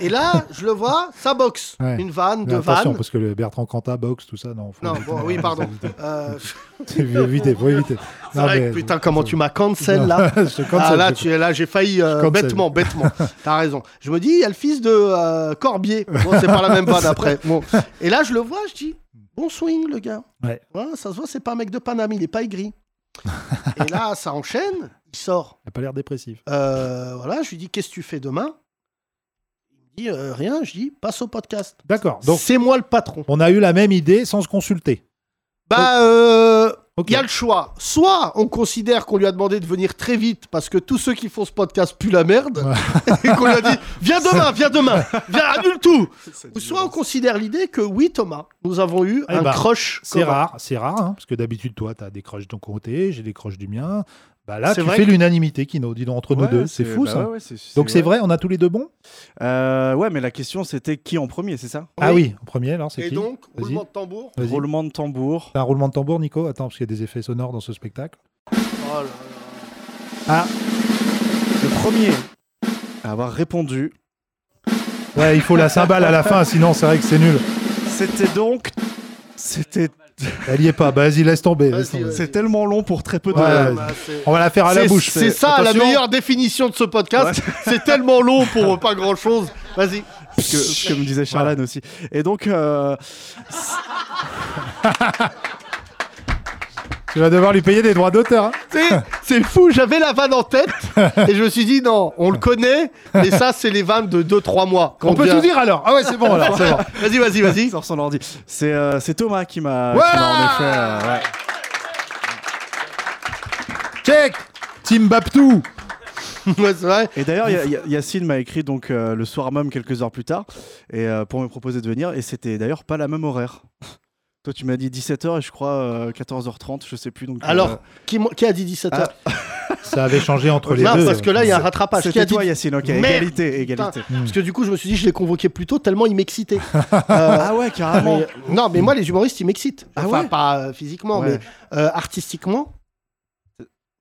et là, je le vois, ça boxe. Ouais. Une vanne, Mais deux attention, vannes. parce que le Bertrand Cantat boxe, tout ça, non. faut Non, éviter. bon, oui, pardon. Euh, faut éviter, faut éviter. c'est vrai que, putain, comment tu m'as cancel là Je te Ah cancel, là, je- tu es là, j'ai failli euh, cancel. bêtement, bêtement. T'as raison. Je me dis, il y a le fils de euh, Corbier. Bon, c'est pas la même vanne après. Bon. Et là, je le vois, je dis, bon swing, le gars. Ouais. ça se voit, c'est pas un mec de Paname, il est pas aigri. Et là, ça enchaîne, il sort. Il a pas l'air dépressif. Euh, voilà, je lui dis qu'est-ce que tu fais demain Il me dit euh, rien, je dis passe au podcast. D'accord. Donc, Oh. c'est moi le patron. on a eu la même idée sans se consulter. Bah euh, Ok. Il y a le choix. Soit on considère qu'on lui a demandé de venir très vite parce que tous ceux qui font ce podcast puent la merde et qu'on lui a dit viens demain, viens demain, viens annule tout. Ou soit on considère l'idée que oui Thomas, nous avons eu Eh un ben, crush. C'est commun. rare, c'est rare, hein, parce que d'habitude, toi, t'as des croches de ton côté, j'ai des croches du mien. Bah là, C'est tu vrai fais que- l'unanimité, Kino, dis donc, entre nous Ouais, deux. C'est fou, bah ça. ouais, ouais, c'est- Donc c'est vrai, on a tous les deux bons Euh, ouais, mais la question c'était qui en premier, c'est ça Ah oui, en premier, alors c'est Et qui donc Vas-y. roulement de tambour. Vas-y. Roulement de tambour. T'as un roulement de tambour, Nico Attends, parce qu'il y a des effets sonores dans ce spectacle. Oh là là. Le premier à avoir répondu, Ouais, il faut la cymbale à la fin, sinon c'est vrai que c'est nul. c'était donc. C'était Elle y est pas, bah, vas-y, laisse tomber. Vas-y, laisse tomber. vas-y. c'est tellement long pour très peu de. Ouais. Bah, c'est- On va la faire à la C'est- bouche. C'est ça la Attention. meilleure définition de ce podcast. C'est tellement long pour pas grand chose. Vas-y. Parce que- ce que me disait Charlane aussi. Et donc, euh, Tu vas devoir lui payer des droits d'auteur. hein. C'est- C'est fou, j'avais la vanne en tête et je me suis dit non, on le connaît, mais ça c'est les vannes de 2-3 mois. On Quand peut vient- tout dire alors. Ah ouais, c'est bon alors, c'est bon. Vas-y, vas-y, vas-y. sort son ordi. C'est euh, c'est Thomas qui m'a. qui Voilà m'a en effet, euh, ouais. Check Timbaptou Ouais, c'est Euh, vrai. Et d'ailleurs, Ya- Ya- Yacine m'a écrit donc euh, le soir même quelques heures plus tard et euh, pour me proposer de venir. Et c'était d'ailleurs pas la même horaire. Toi, tu m'as dit 17h et je crois euh, 14h30, je sais plus. Donc, euh, euh, Alors, qui, mo- qui a dit 17h Ça avait changé entre ah, les Non, deux. parce que là il y a un pas rattrapage. Qui a c'était dit toi, Yacine. Ok, Merde. égalité, égalité. Parce que du coup, je me suis dit, je l'ai convoqué plus tôt, tellement il m'excitait. Euh, Ah ouais, carrément. Mais- non, mais moi, les humoristes, ils m'excitent. Ah Enfin, ouais pas euh, physiquement, Ouais. mais euh, artistiquement.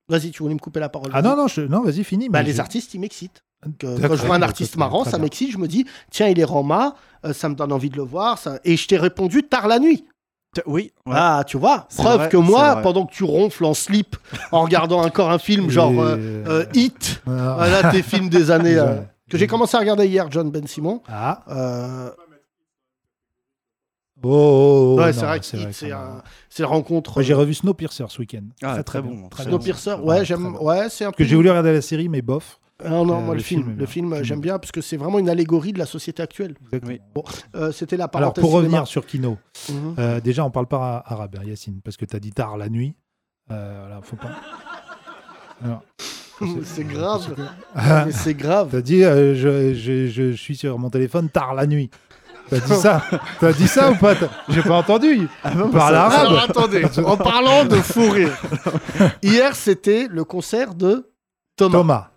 Vas-y, tu voulais me couper la parole. Ah vas-y. non, non, je- non vas-y, finis. Bah, mais les j'ai- artistes, ils m'excitent. Donc, euh, D'accord. quand je vois un artiste Très marrant, bien. ça m'excite. Je me dis, tiens, il est Roma, euh, ça me donne envie de le voir. ça- Et je t'ai répondu tard la nuit. T- Oui. ouais. Ah, tu vois, C'est preuve vrai, que c'est moi, vrai. pendant que tu ronfles en slip en regardant encore un film genre euh, Et- euh, Hit, Ah. voilà tes films des années euh, Ouais. que j'ai commencé à regarder hier, John Ben Simon. Ah. Euh, Oh, oh, oh, ouais, non, c'est vrai que Hit, quand c'est même. un- c'est une rencontre. Moi, j'ai revu Snowpiercer ce week-end. Ah, très bon, très bon. Snowpiercer, Ah, ouais, très j'aime, bon. ouais, c'est un Parce que truc. j'ai voulu regarder la série, mais bof. Ah non, Euh, moi le, le film, film, le là. film, euh, Film. j'aime bien parce que c'est vraiment une allégorie de la société actuelle. Oui. Euh, c'était la Alors, parenthèse pour cinéma. revenir sur Kino, Mhm. euh, déjà, on parle pas ara- arabe, hein, Yacine, parce que tu as dit tard la nuit. Euh, voilà, faut pas. Alors, c'est grave. Ah, mais c'est grave. T'as dit, euh, je, je- je- je suis sur mon téléphone tard la nuit. T'as dit ça T'as dit ça ou pas T'as- J'ai pas entendu. Parle Alors arabe. attendez, en parlant de fou rire. Hier, c'était le concert de Thomas. Thomas.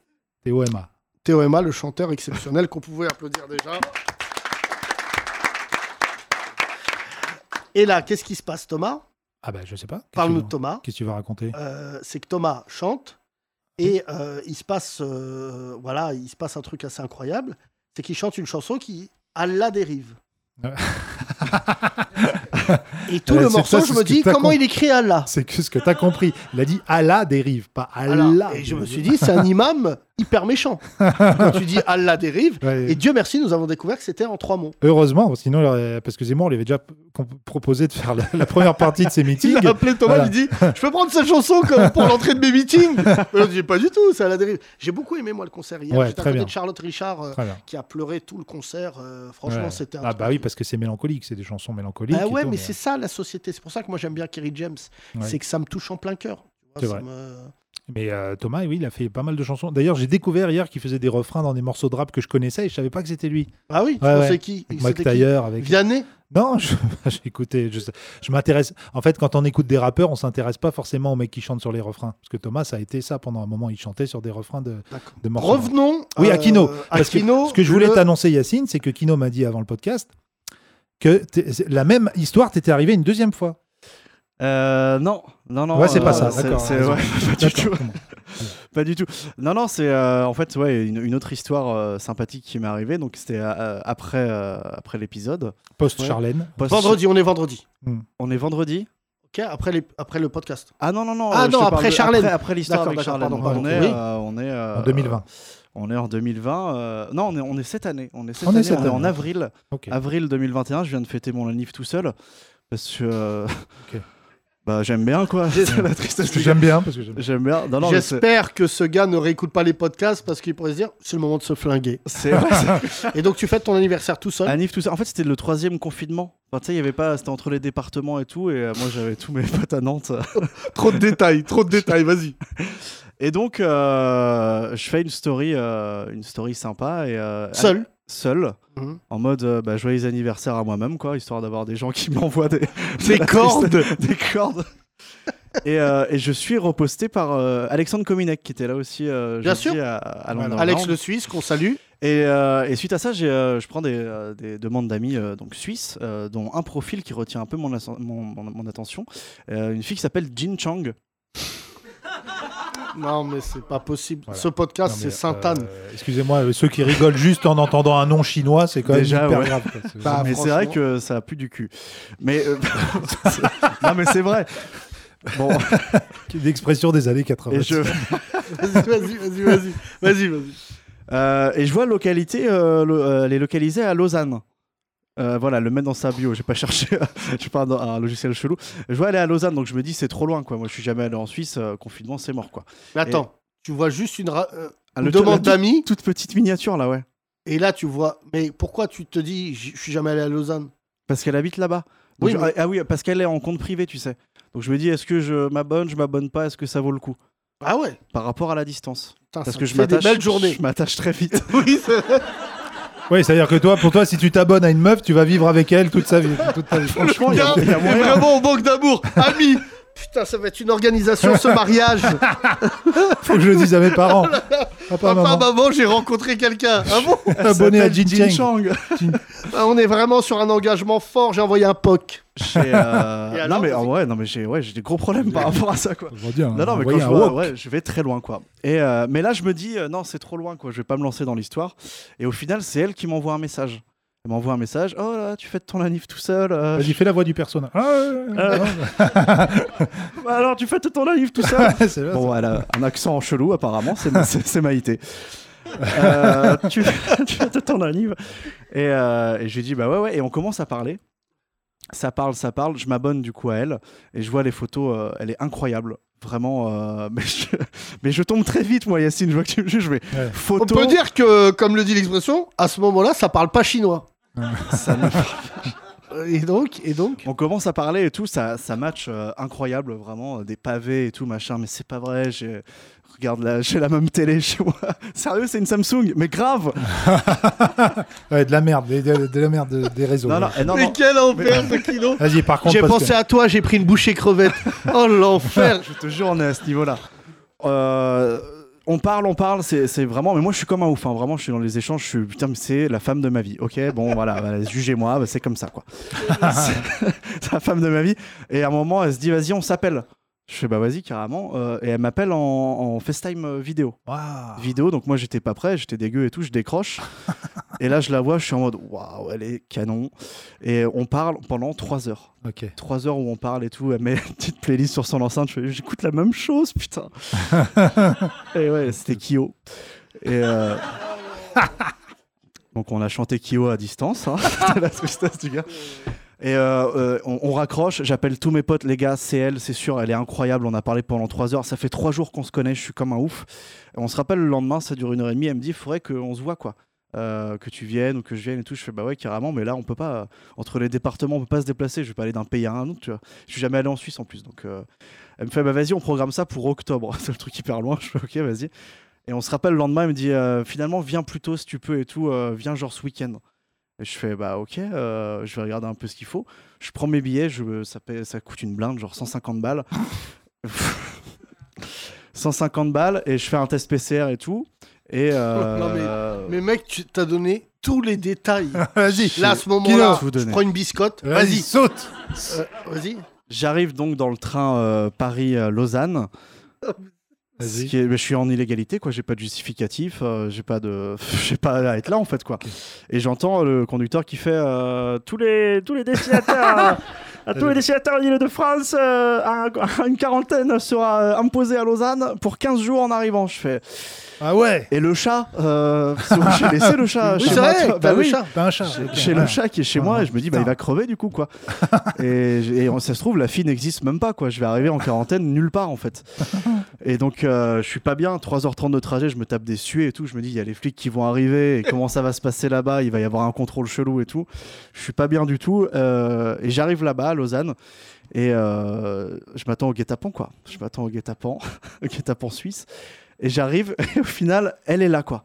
T-O-M-A. Théoema, le chanteur exceptionnel qu'on pouvait applaudir déjà. Et là, qu'est-ce qui se passe, Thomas Ah bah, je sais pas. Qu'est-ce que Parle-nous tu- de Thomas. Qu'est-ce que tu vas raconter Euh, c'est que Thomas chante et euh, il se passe euh, voilà il se passe un truc assez incroyable c'est qu'il chante une chanson qui à la dérive Ouais. et tout Ouais, le c'est morceau ça, c'est je ce me que dis t'as comment compris. il écrit Allah C'est que ce que t'as compris. Il a dit Allah dérive, pas Voilà. Allah. et je me suis dit c'est un imam hyper méchant quand tu dis Allah dérive Ouais. et Dieu merci nous avons découvert que c'était en trois mots Heureusement, sinon, il aurait- parce que Zemmour lui avait déjà p- comp- proposé de faire la, la première partie de ses meetings. Il a appelé Thomas, Voilà. il dit Je peux prendre cette chanson comme pour l'entrée de mes meetings Je dis Pas du tout, c'est à la dérive. J'ai beaucoup aimé, moi, le concert hier. Ouais, J'étais à très côté bien. de Charlotte Richard euh, Très bien. qui a pleuré tout le concert. euh, franchement, Ouais. c'était un Ah truc- bah oui, parce que c'est mélancolique, c'est des chansons mélancoliques. Ah et ouais, tout, mais c'est ça la société. C'est pour ça que moi j'aime bien Kerry James. hein. Ouais. C'est que ça me touche en plein cœur. Tu vois, ça C'est vrai. me- Mais euh, Thomas, oui, il a fait pas mal de chansons. D'ailleurs, j'ai découvert hier qu'il faisait des refrains dans des morceaux de rap que je connaissais et je savais pas que c'était lui. Ah oui, tu Ouais, pensais ouais. qui Avec C'était Mike qui Taylor, avec. Vianney Non, je- j'ai écouté. Je, je m'intéresse. En fait, quand on écoute des rappeurs, on s'intéresse pas forcément aux mecs qui chantent sur les refrains. Parce que Thomas, ça a été ça pendant un moment. Il chantait sur des refrains de, D'accord. de morceaux. Revenons Oui, euh, à Kino. à Parce que Kino, ce que je voulais le- t'annoncer, Yacine, c'est que Kino m'a dit avant le podcast que t'es- c'est- la même histoire t'était arrivée une deuxième fois. Euh, non, non, Oh non. Ouais, c'est pas euh, ça, c'est- d'accord, c'est- raison. ouais, pas du tout. D'accord, comment Pas du tout. Non, non, c'est euh, en fait ouais, une, une autre histoire euh, sympathique qui m'est arrivée. Donc c'était euh, après, euh, après l'épisode. Post-Charlène. Post- Vendredi, on est vendredi. On est vendredi. Ok, après, les- après le podcast. Ah non, non, non. Ah euh, je non, te parle après de- Charlène. Après, après l'histoire D'accord, avec d'accord, Charlène. pardon, on, pardon. est, Oui. euh, on est. euh, En 2020. On est en 2020. euh, non, on est, on est cette année. On est cette On est année. cette on est en année. avril. Ok. Avril 2021. Je viens de fêter mon anniv tout seul. Parce que. euh, Ok. Bah, j'aime bien, quoi. C'est la tristesse Parce du que gars. j'aime bien, parce que j'aime bien. J'aime bien. Non, non, mais c'est- J'espère que ce gars ne réécoute pas les podcasts parce qu'il pourrait se dire c'est le moment de se flinguer. c'est. ouais, c'est- Et donc tu fêtes ton anniversaire tout seul. Anif, tout ça. En fait, c'était le troisième confinement. Enfin, tu sais, il y avait pas. C'était entre les départements et tout. Et euh, moi, j'avais tous mes potes à Nantes. Trop de détails, trop de détails, vas-y. Et donc, euh, je fais une story, euh, une story sympa et euh, Seul. seul, Mhm. en mode euh, bah, joyeux anniversaire à moi-même, quoi, histoire d'avoir des gens qui m'envoient des, Des cordes. des cordes. et, euh, et je suis reposté par euh, Alexandre Kominek, qui était là aussi euh, Bien jeudi sûr. à, à Voilà. Londres. Alex le Suisse qu'on salue. Et, euh, et suite à ça, j'ai, euh, je prends des, euh, des demandes d'amis euh, donc suisses, euh, dont un profil qui retient un peu mon, assen- mon- mon- mon attention. Euh, une fille qui s'appelle Jin Chang. Non mais c'est pas possible. Voilà. Ce Ah, podcast Non, mais, c'est Sainte-Anne. euh, Excusez-moi, euh, ceux qui rigolent juste en entendant un nom chinois, c'est quand même Déjà, hyper ouais. grave. quoi. C'est- Bah, mais c'est vrai franchement. que ça pue du cul. Mais euh, non, mais c'est vrai. Bon, Une expression des années et 80. je, Vas-y, vas-y, vas-y, vas-y, vas-y. euh, et je vois localité, euh, lo- euh, elle est localisée à Lausanne. Euh, voilà, le mettre dans sa bio. J'ai pas cherché, j'ai pas un, un logiciel chelou. Je vois aller à Lausanne, donc je me dis c'est trop loin quoi. Moi, je suis jamais allé en Suisse. euh, confinement, c'est mort quoi. Mais attends, tu vois juste une, ra- euh, Ah, une le- demande la- d'amis toute petite miniature là, ouais. et là tu vois. Mais pourquoi tu te dis je je suis jamais allé à Lausanne Parce qu'elle habite là-bas. Oui, Oui, mais- Ah oui, parce qu'elle est en compte privé, tu sais. Donc je me dis, est-ce que je m'abonne, je m'abonne pas, est-ce que ça vaut le coup Ah ouais. par rapport à la distance Putain, Parce Ah, ça te que je fait des m'attache. belles journées. Je m'attache très vite. oui, c'est vrai. Oui, c'est-à-dire que toi, pour toi, si tu t'abonnes à une meuf, tu vas vivre avec elle toute sa vie. toute ta vie. Franchement, il y a- Gars, il y a moyen. est vraiment en manque d'amour, ami. Putain, ça va être une organisation ce mariage. faut que je le dise à mes parents. Papa, Papa, maman, maman, j'ai rencontré quelqu'un. Ah bon abonné à Jin Jin Chang. Chang. Ah, On est vraiment sur un engagement fort. J'ai envoyé un poc. J'ai, euh, Et alors, non mais en vrai, non mais j'ai ouais, j'ai des gros problèmes par rapport à ça quoi. Aujourd'hui, un- Non non mais quand envoyer je hein, un vois, wok. ouais, je vais très loin quoi. Et euh, mais là je me dis euh, non, c'est trop loin quoi, je vais pas me lancer dans l'histoire et au final, c'est elle qui m'envoie un message. Elle m'envoie un message "Oh là, tu fais ton anif tout seul." euh, Vas-y, fais la voix du personnage. Ah, ouais, ouais, Euh, ouais. Bah alors tu fais ton anif tout seul. C'est vrai, Bon, elle a un accent chelou, apparemment, c'est, c'est, c'est Maïté. Euh, tu tu vas te tendre un livre. Et, euh, et j'ai dit, bah ouais, ouais, et on commence à parler. Ça parle, ça parle. Je m'abonne du coup à elle et je vois les photos. euh, elle est incroyable, vraiment. euh, mais, je, mais je tombe très vite, moi, Yacine. Je vois que tu me juges, mais Ouais. On photo. peut dire que, comme le dit l'expression, à ce moment-là, ça parle pas chinois. ça ne- Euh, Et donc, et donc. on commence à parler et tout. Ça, ça match euh, incroyable, vraiment. euh, Des pavés et tout, machin. Mais c'est pas vrai. J'ai... Regarde, là, j'ai la même télé chez moi. Sérieux, c'est une Samsung, mais grave! ça. Ouais, de la merde, des- de, de la merde de- des réseaux. Non, non, eh, non, Mais non. quel enfer ce kilo. Vas-y, par contre, J'ai parce pensé que- à toi, j'ai pris une bouchée crevette. Oh l'enfer. Je te jure, on est à ce niveau-là. Euh, on parle, on parle, c'est c'est vraiment. Mais moi, je suis comme un ouf. hein. Vraiment, je suis dans les échanges. Je suis putain, mais c'est la femme de ma vie. Ok, bon, voilà, voilà, jugez-moi. bah, c'est comme ça, quoi. c'est c'est la femme de ma vie. Et à un moment, elle se dit, vas-y, on s'appelle. Je fais, bah vas-y, carrément. Euh, et elle m'appelle en, en FaceTime euh, vidéo Waouh. vidéo. Donc moi j'étais pas prêt, j'étais dégueu et tout, je décroche. et là je la vois, je suis en mode waouh, elle est canon. Et on parle pendant trois heures. Ok. Trois heures où on parle et tout, elle met une petite playlist sur son enceinte, je fais, j'écoute la même chose, putain. et ouais, c'était Kyo. Et euh, Donc on a chanté Kyo à distance, hein. C'était la tristesse du gars. Et euh, euh, on, on raccroche, j'appelle tous mes potes, les gars, c'est elle, c'est sûr, elle est incroyable, on a parlé pendant trois heures, ça fait trois jours qu'on se connaît, je suis comme un ouf. Et On se rappelle le lendemain, ça dure une heure et demie. Elle me dit, il faudrait qu'on se voit, quoi. Euh, que tu viennes ou que je vienne et tout. Je fais, bah ouais, carrément, mais là, on peut pas. euh, Entre les départements, on peut pas se déplacer. Je vais pas aller d'un pays à un autre, tu vois. Je suis jamais allé en Suisse en plus. Donc, euh, elle me fait, bah vas-y, on programme ça pour octobre. C'est le truc hyper loin. Je fais, ok, vas-y. Et on se rappelle le lendemain, elle me dit, euh, finalement, viens plus tôt si tu peux et tout. euh, viens genre ce week-end. Et je fais, bah ok, euh, je vais regarder un peu ce qu'il faut. Je prends mes billets, je, ça, paie- ça coûte une blinde, genre 150 balles. 150 balles et je fais un test PCR et tout. Et euh, Non, Mais mec, tu t'as donné tous les détails. Vas-y. Là, à ce Kilo, moment-là, je vous je donner. prends une biscotte. Vas-y, Vas-y. saute. Euh, Vas-y. j'arrive donc dans le train euh, Paris-Lausanne. Vas-y. Qui est- mais je suis en illégalité, quoi. J'ai pas de justificatif, euh, j'ai pas de, j'ai pas à être là en fait, quoi. Et j'entends le conducteur qui fait euh, tous les tous les destinataires, à tous les destinataires de de france euh, une quarantaine sera euh, imposée à Lausanne pour 15 jours en arrivant. Je fais. Ah ouais Et le chat, euh, parce que j'ai laissé le chat. Oui, chez c'est moi, vrai, tu vois. t'as Bah le oui. chat. T'as un chat. Chez, ok, chez le voilà. chat qui est chez Ah, moi, et je me dis, bah, il putain. va crever du coup, quoi. et, j'ai- et on- ça se trouve, la fille n'existe même pas, quoi. Je vais arriver en quarantaine nulle part, en fait. Et donc, euh, je suis pas bien. 3h30 de trajet, je me tape des suées et tout. Je me dis, il y a les flics qui vont arriver, et comment ça va se passer là-bas Il va y avoir un contrôle chelou et tout. Je suis pas bien du tout. euh, et j'arrive là-bas, à Lausanne, et euh, je m'attends au guet-apens, quoi. Je m'attends au guet-apens, au guet-apens suisse. Et j'arrive, et au final, elle est là, quoi.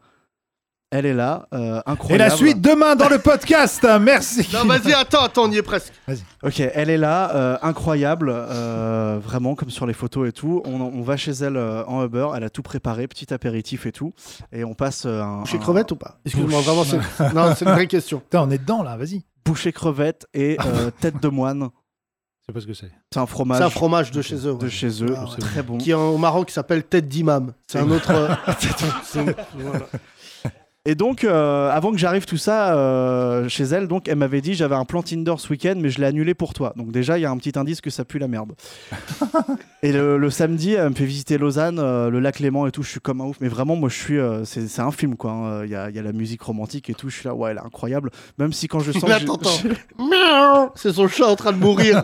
Elle est là, euh, Et incroyable. la suite demain dans le podcast. hein, Merci. Non, vas-y, attends, attends, on y est presque. Ok, elle est là, euh, incroyable, euh, vraiment comme sur les photos et tout. On, on va chez elle euh, en Uber, elle a tout préparé, petit apéritif et tout, et on passe euh, un, Chez un crevette ou pas Excuse-moi, vraiment, c'est non, c'est une vraie question. Putain, on est dedans là, vas-y. boucher crevette et euh, tête de moine. C'est pas ce que c'est. C'est un fromage. C'est un fromage de chez eux. de ouais. chez eux, Ah, ouais. très bon. Qui est au Maroc s'appelle tête d'imam. C'est un autre. euh, c'est- voilà. Et donc, euh, avant que j'arrive tout ça euh, chez elle, donc elle m'avait dit j'avais un plan Tinder ce week-end, mais je l'ai annulé pour toi. Donc déjà, il y a un petit indice que ça pue la merde. et le, le samedi, elle me fait visiter Lausanne, euh, le lac Léman et tout. Je suis comme un ouf, mais vraiment, moi, je suis, euh, c'est c'est un film quoi. hein. Il y, a, il y a la musique romantique et tout. Je suis là, ouais, elle est incroyable. Même si quand je sens, Mais que attends, j'ai- attends. Miaou C'est son chat en train de mourir.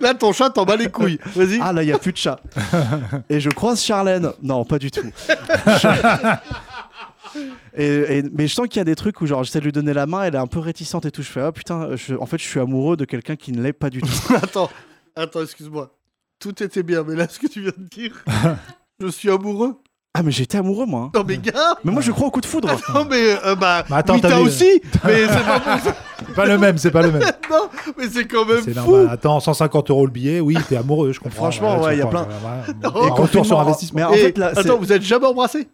Là, ton chat t'en bat les couilles. Vas-y. Ah là, il n'y a plus de chat. et je croise Charlène. Non, pas du tout. Et, et- mais je sens qu'il y a des trucs où genre j'essaie de lui donner la main, elle est un peu réticente et tout. Je fais ah putain, je- en fait je suis amoureux de quelqu'un qui ne l'est pas du tout. Attends, attends, excuse-moi. Tout était bien, mais là, ce que tu viens de dire, je suis amoureux. ah mais j'étais amoureux moi. hein. Non, mais gars, Mais moi je crois au coup de foudre. non, mais euh, bah, Mais attends, oui, t'as t'as vu- aussi, mais c'est pas pour ça. C'est pas le même, c'est pas le même. Non, mais c'est quand même C'est fou. normal. Attends, 150 euros le billet, oui, t'es amoureux, je comprends. Franchement, ouais, tu y a comprends, plein- ouais, Et ouais. Un retour sur confinement, investissement. Mais en Et fait là, c'est- attends, vous êtes jamais embrassé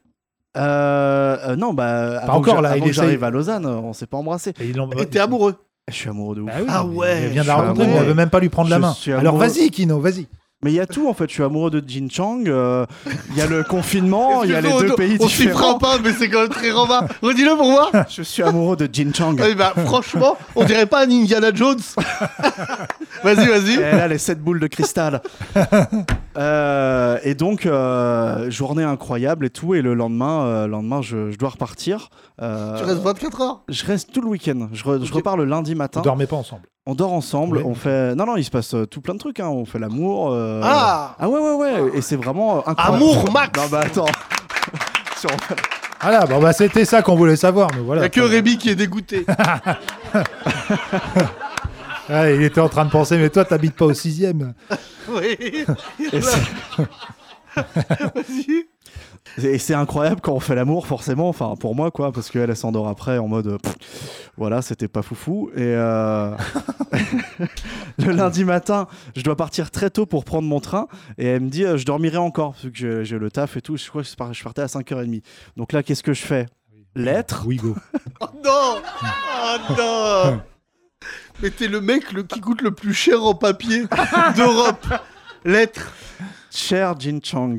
Euh, euh, non bah avant encore, que j'a- là, il avant que essaye. j'arrive à Lausanne, euh, on s'est pas embrassé. Et ils l'ont- Et t'es amoureux Je suis amoureux de ouf. Bah oui, Ah mais ouais, Elle vient de je la suis rencontrer, mais amoureux. elle veut même pas lui prendre la Je main. suis Alors amoureux. vas-y, Kino, Hein vas-y. Mais il y a tout en fait. Je suis amoureux de Jin Chang. euh, Il y a le confinement, Oh, il y a les Excuse-moi, deux on- pays On s'y prend différents. pas, mais c'est quand même très romain. Redis-le pour moi. Je suis amoureux de Jin Chang. Eh ben, franchement, on dirait pas un Indiana Jones. vas-y, Et vas-y. Elle a Eh, les 7 boules de cristal. Euh, et donc, euh, journée incroyable et tout. Et le lendemain, euh, lendemain je, je dois repartir. Euh, Tu restes 24 heures. Je reste tout le week-end. Je, re- je Ok. repars le lundi matin. On dormait pas ensemble. On dort ensemble. Ouais. On fait. Non, non, il se passe euh, tout plein de trucs. hein. On fait l'amour. euh, Ah Ah ouais, ouais, ouais. Et c'est vraiment euh, incroyable. Amour max. Non, bah attends. Sur- Voilà, bon bah c'était ça qu'on voulait savoir, mais Il voilà. a que Rémi qui est dégoûté. Ah, il était en train de penser, mais toi t'habites pas au sixième. oui. Et c'est- Vas-y. Et c'est incroyable quand on fait l'amour, forcément, enfin pour moi, quoi, parce qu'elle elle s'endort après en mode euh, pff, voilà, c'était pas foufou. Et euh, le lundi matin, je dois partir très tôt pour prendre mon train et elle me dit euh, je dormirai encore, parce que j'ai- j'ai le taf et tout. Je crois que je par- je partais à 5h30. Donc là, qu'est-ce que je fais Lettre Oui, go. Oh non Oh non Mais t'es le mec le, qui coûte le plus cher en papier d'Europe. Lettre, Cher Jin Chang.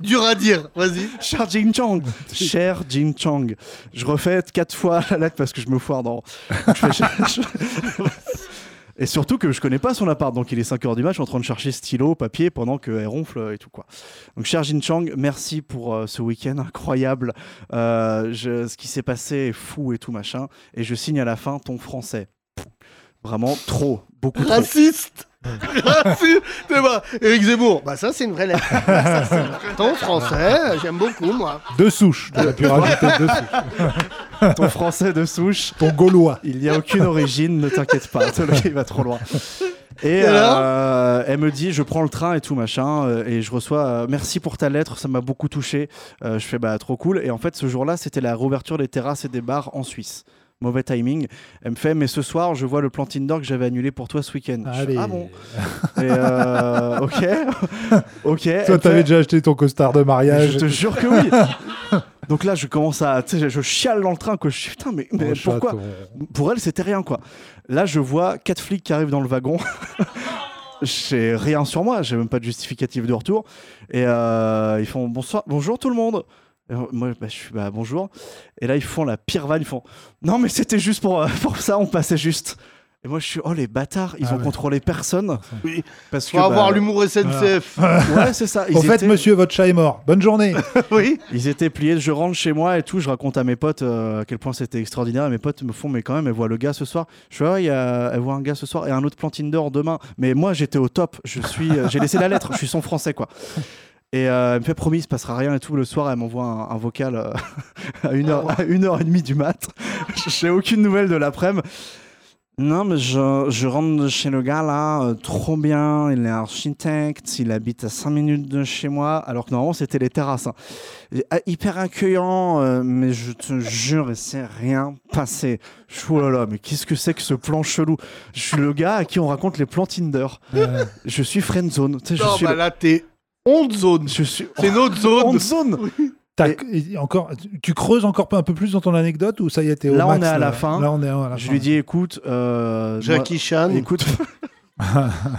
dur à dire, vas-y. Cher Jin Chang. Cher Jin Chang. Je refais quatre fois la lettre parce que je me foire dans. Je fais cher- je- Et surtout que je connais pas son appart, donc il est 5h du match, je suis en train de chercher stylo, papier, pendant qu'elle ronfle et tout quoi. Donc cher Jin Chang, merci pour euh, ce week-end incroyable. Euh, je- ce qui s'est passé est fou et tout machin. Et je signe à la fin ton français. Pff, Vraiment trop, beaucoup trop. Raciste Raciste Eh ben, Éric Zemmour, bah ça c'est une vraie lettre. Bah, Ça, c'est une vraie- Ton français, j'aime beaucoup moi. Deux souches, tu as pu rajouter deux souches. Ton français de souche. Ton gaulois. Il n'y a aucune origine, ne t'inquiète pas, le gars, il va trop loin. Et alors euh, elle me dit, je prends le train et tout machin, euh, et je reçois, euh, merci pour ta lettre, ça m'a beaucoup touché. Euh, je fais, bah trop cool. Et en fait, ce jour-là, c'était la réouverture des terrasses et des bars en Suisse. Mauvais timing. Elle me fait, mais ce soir, je vois le plan Tinder que j'avais annulé pour toi ce week-end. Je fais, Allez. ah bon Et, euh, Ok. ok. Elle Toi me fait, t'avais déjà acheté ton costard de mais mariage. Je te jure que oui. Donc là, je commence à, tu sais, je chiale dans le train que je suis putain, mais, mais Mon chat, pourquoi ton- pour elle, c'était rien, quoi. Là, je vois quatre flics qui arrivent dans le wagon. J'ai rien sur moi, j'ai même pas de justificatif de retour. Et euh, ils font bonsoir, bonjour tout le monde. Et moi, bah, je suis bah, bonjour. Et là, ils font la pire vanne. Ils font non, mais c'était juste pour, euh, pour ça, on passait juste. Et moi, je suis, oh les bâtards, ils Ah ont ouais. contrôler personne. Oui. Parce que. Faut avoir bah, Ah. l'humour SNCF. Ouais, c'est ça. Ils Au fait, étaient- monsieur, votre chat est mort. Bonne journée. oui. Ils étaient pliés, je rentre chez moi et tout, je raconte à mes potes euh, à quel point c'était extraordinaire. Et mes potes me font, mais quand même, elles voient le gars ce soir. Je suis, ah, ouais, il y a- elles voient un gars ce soir et un autre Plantine d'or demain. Mais moi, j'étais au top. Je suis, euh, j'ai laissé la lettre. Je suis son français, quoi. Et euh, elle me fait promis, il se passera rien et tout. Le soir, elle m'envoie un, un vocal euh, à, une heure, à une heure et demie du mat. J'ai aucune nouvelle de l'après-midi. Non, mais je, je rentre chez le gars là, euh, trop bien. Il est architecte, il habite à 5 minutes de chez moi. Alors que normalement, c'était les terrasses. hein. Et, ah, hyper accueillant, euh, mais je te jure, il s'est rien passé. Je suis, oh là là, mais qu'est-ce que c'est que ce plan chelou Je suis le gars à qui on raconte les plans Tinder. Euh, Je suis friendzone. Tu sais, je Non, suis. bah le- là, t'es honte zone. Je suis. C'est notre zone. Friend zone. t'as- et encore, tu creuses encore un peu plus dans ton anecdote ou ça y est, t'es au Là, on max, est à la fin. Là, on est à la Je fin. lui dis, écoute, euh, Jackie Chan. moi- écoute,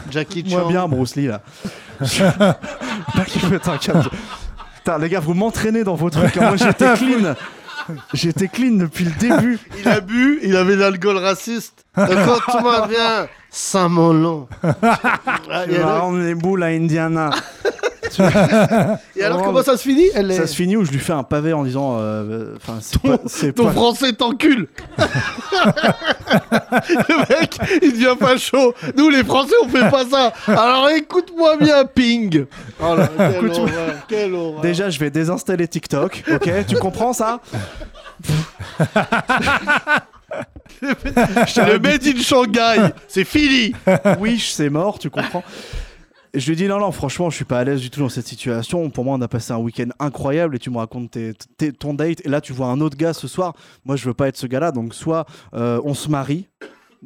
Jackie Chan. moi bien Bruce Lee là. Pas qu'il pète un câble. Putain, les gars, vous m'entraînez dans vos trucs. hein. Moi, j'étais clean. J'étais clean depuis le début. Il a bu, il avait de l'alcool raciste. Et quand tout va bien, Saint-Molon. Ah, et, Tu m'as alors, rendre les boules à Indiana. et alors, comment ça se finit Elle est- Ça se finit où je lui fais un pavé en disant, euh, enfin, c'est Ton- pas, c'est Ton pas- français t'encule Le mec, il devient pas chaud. Nous, les Français, on fait pas ça. Alors écoute-moi bien, Ping. Oh là, quelle Écoute-moi. horreur, quelle horreur. Déjà, je vais désinstaller TikTok, ok Tu comprends ça le Made in Shanghai, c'est fini. Wish, c'est mort, tu comprends Et Je lui dis non, non, franchement, je suis pas à l'aise du tout dans cette situation. Pour moi, on a passé un week-end incroyable et tu me racontes tes- tes- ton date et là, tu vois un autre gars ce soir. Moi, je veux pas être ce gars-là, donc soit euh, on se marie.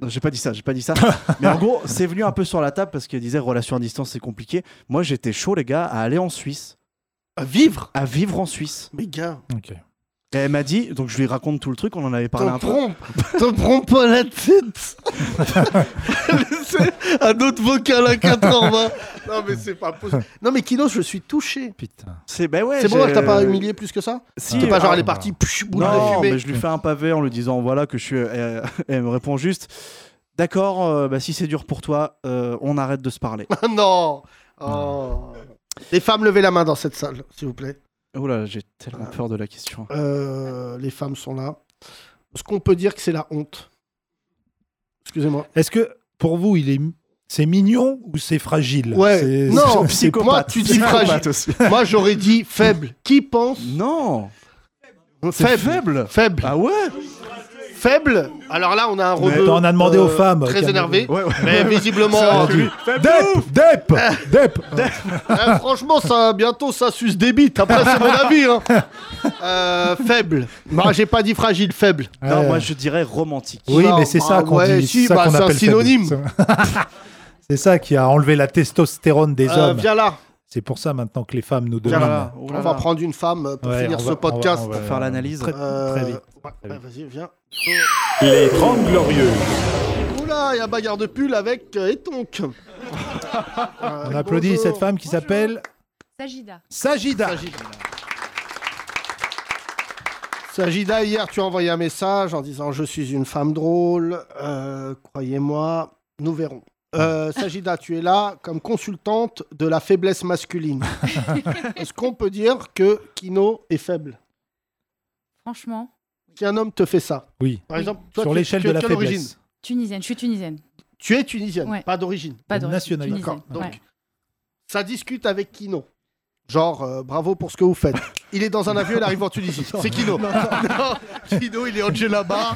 Non, J'ai pas dit ça, j'ai pas dit ça. Mais en gros, c'est venu un peu sur la table parce qu'il disait relation à distance, c'est compliqué. Moi, j'étais chaud, les gars, à aller en Suisse, À vivre. à vivre en Suisse. Mais gars, Ok. Et elle m'a dit, donc je lui raconte tout le truc, on en avait parlé t'en un peu. prends, t'en prends pas la tête. Laissez un autre vocal à 4h20. Non, mais c'est pas possible. Non, mais Kino, je suis touché. Putain. C'est ben ouais. c'est bon, j'ai- elle t'a pas humilié plus que ça Si, ah, T'es pas genre, elle est bah. partie, psh, boule de Non, fumée. mais je lui fais un pavé en lui disant voilà que je suis. euh, elle me répond juste d'accord, euh, bah, si c'est dur pour toi, euh, on arrête de se parler. Ah non Oh. Les femmes, levez la main dans cette salle, s'il vous plaît. oh là, j'ai tellement peur de la question. Euh, les femmes sont là. Est-ce qu'on peut dire que c'est la honte Excusez-moi. Est-ce que pour vous, il est, c'est mignon ou c'est fragile Ouais, C'est- non, Oh, c'est psychopathe. moi, tu dis Psychopathe fragile. Moi, j'aurais dit faible. Qui pense Non, c'est Faible. faible. Faible. Ah ouais Faible. Alors là, on a un rebeu. euh, attends, on a demandé aux femmes, Très Camille. énervé. Ouais, ouais. Mais visiblement, Dep, Dep, Dep. euh, franchement, ça, bientôt, ça suce des bites. Après, c'est mon avis. hein. Euh, faible. Moi, j'ai pas dit fragile, faible. Non, Ouais. moi je ah dirais romantique. Oui, Non, mais c'est ça bah qu'on ouais, dit. si, c'est ça bah, qu'on c'est un appelle synonyme. faible. C'est ça qui a enlevé la testostérone des Euh, hommes. viens là. C'est pour ça maintenant que les femmes nous Tiens, dominent. là. Oh on va prendre une femme euh, pour Ouais, finir on ce va- on va- podcast. on va- Pour faire l'analyse. Très, Euh, très vite. ouais, Très ouais, vite. vas-y, viens. Les 30 Glorieuses. Oula, il y a bagarre de pull avec euh, Etonk. Euh, On applaudit bonjour. cette femme qui s'appelle Sagida. Sagida. Sajida. Sajida, hier, tu as envoyé un message en disant Je suis une femme drôle, euh, croyez-moi, nous verrons. Euh, Sajida, tu es là comme consultante de la faiblesse masculine. Est-ce qu'on peut dire que Kino est faible Franchement, Si un homme te fait ça, Oui. par exemple, toi, Sur tu- l'échelle tu es de la quelle origine faiblesse. tunisienne, je suis tunisienne. Tu es tunisienne, Ouais. pas d'origine. Pas Une de nationalité. tunisienne. D'accord, donc- ouais. Ça discute avec Kino. Genre, euh, bravo pour ce que vous faites. Il est dans un avion, il arrive en Tunisie. C'est Kino. Non, Kino, il est en là-bas.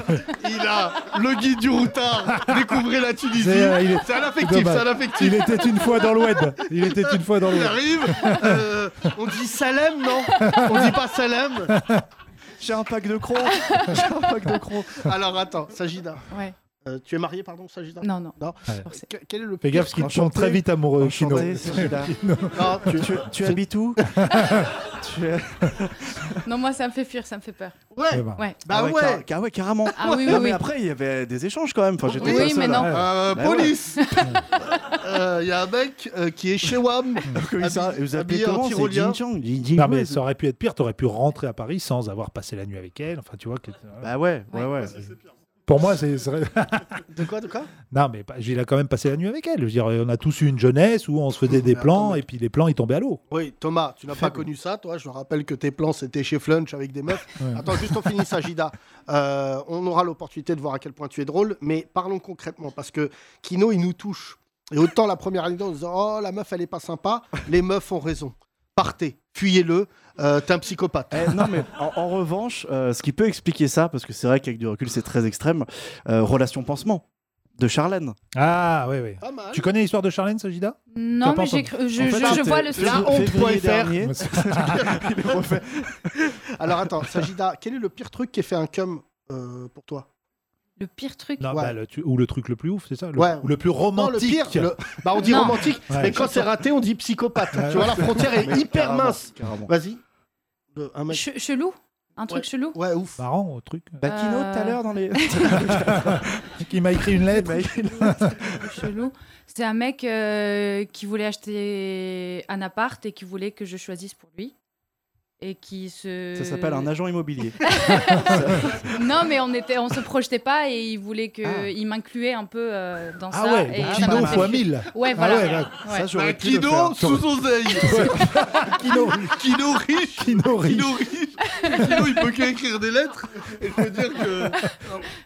Il a le guide du routard. Découvrez la Tunisie. C'est, euh, il est- C'est un affectif, c'est dommage. un affectif. Il était une fois dans le web. Il était une fois dans le Il web. arrive. euh, on dit Salem, non On dit pas Salem. J'ai un pack de crocs. J'ai un pack de crocs. Alors attends, Sajida. Ouais. Euh, tu es marié, pardon, Sajida Non, non. Non. je pensais. Que- Quel est le Fais gaffe parce qu'ils te sont très vite amoureux. Kino. Enchanté, Sajida. Non, tu- Tu, tu habites où Tu es- Non, moi ça me fait fuir, ça me fait peur. Eh Ouais. ben. Ouais. Bah car- ouais. car- Ah ouais, carrément. Ah oui, oui, Non, oui. mais après, il y avait des échanges quand même. Enfin, j'étais Oui, pas mais seul à- non. Euh, Bah ouais. police. Il y a un mec euh, qui est chez WAM. Comment ça Et vous appelez habillé en comment C'est tyrolien. Jinjiang Non mais ça aurait pu être pire. T'aurais pu rentrer à Paris sans avoir passé la nuit avec elle. Enfin, tu vois. que- Bah ouais, ouais, ouais. Pour moi, c'est. c'est- De quoi, de quoi Non, mais pas- j'ai là quand même passé la nuit avec elle. Je veux dire, on a tous eu une jeunesse où on se Ah, faisait des Mais plans attends, mais- et puis les plans, ils tombaient à l'eau. Oui, Thomas, tu n'as pas connu ça, toi. Je rappelle que tes plans, c'était chez Flunch avec des meufs. Ouais. Attends, juste on finit ça, Gida. Euh, on aura l'opportunité de voir à quel point tu es drôle, mais parlons concrètement, parce que Kino, il nous touche. Et autant la première année, on se dit Oh, la meuf, elle est pas sympa. Les meufs ont raison. Partez, fuyez-le. Euh, T'es un psychopathe. Eh, non, mais en, en revanche, euh, ce qui peut expliquer ça, parce que c'est vrai qu'avec du recul, c'est très extrême, euh, relation pansement de Charlène. Ah, oui, oui. Pas mal. Tu connais l'histoire de Charlène, Sajida T'as Non, pas mais j'ai entendu. cru- je, En je- fait, je c'était vois le février- La honte.fr. février dernier. Il est refait. Alors attends, Sagida, quel est le pire truc qui ait fait un cum euh, pour toi Le pire truc. Non, Ouais. bah, le tu- ou le truc le plus ouf, c'est ça le, Ouais. Ou le plus Non, le romantique. pire, le- bah, on dit Non. romantique, Ouais. mais quand c'est raté, on dit psychopathe. Ouais. tu vois, la frontière est Ah, Mais hyper carrément, mince. carrément. Vas-y. Le- un mec. che- chelou Un truc Ouais. chelou Ouais, ouf. Marrant, au truc. Bah, Kino, Euh. tout à l'heure, dans les. Qui m'a écrit une lettre. Le chelou. C'était un mec euh, qui voulait acheter un appart et qui voulait que je choisisse pour lui. Et qui se. Ça s'appelle un agent immobilier. Non, mais on était, on se projetait pas et il voulait que, Ah. il m''incluait un peu euh, dans Ah ça. ouais, et donc ça m'a Kino fait fois chier. 1000. Ouais, Ah voilà. ouais, là, Ouais. Bah, Ça, j'aurais pu le Kino faire. sous oseille. Kino, Kino riche. Kino riche. Kino riche. Kino, il peut qu'écrire des lettres. Et je peux dire que.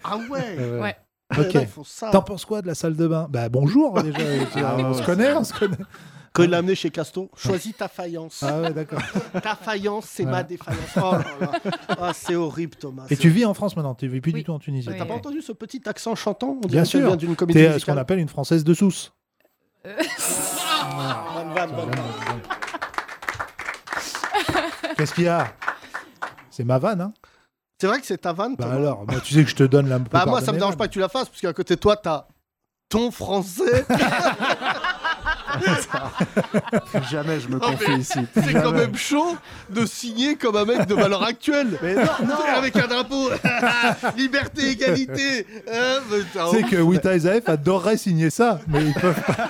Ah ouais. Euh, Ouais. Ok. Ils font ça. T'en penses quoi de la salle de bain Bah bonjour déjà. Ah ouais, on se ouais, connaît, on se connaît. Quand il l'a amené chez Casto, choisis ta faïence. Ah ouais, d'accord. Ta faïence, c'est Ouais. ma défaillance. Oh là là. Ah, c'est horrible, Thomas. Et C'est- tu vis en France maintenant, tu vis plus Oui. du tout en Tunisie. Oui. T'as pas entendu ce petit accent chantant On Bien dirait qu'elle sûr. vient d'une comédie T'es euh, ce qu'on musicale. appelle une Française de Sousse. Bonne Ah, vanne, bonne vanne. Qu'est-ce qu'il y a C'est ma vanne, hein C'est vrai que c'est ta vanne. Bah Thomas. alors, moi, tu sais que je te donne la Bah moi, ça me dérange pas que tu la fasses, parce qu'à côté de toi, t'as ton français. Plus jamais je me Non, mais confie ici. Plus C'est quand jamais. même chaud de signer comme un mec de valeur actuelle. Mais non, non Avec un drapeau. Liberté, égalité. Euh, putain, C'est que Wita et Zaef adoreraient signer ça, mais ils peuvent pas.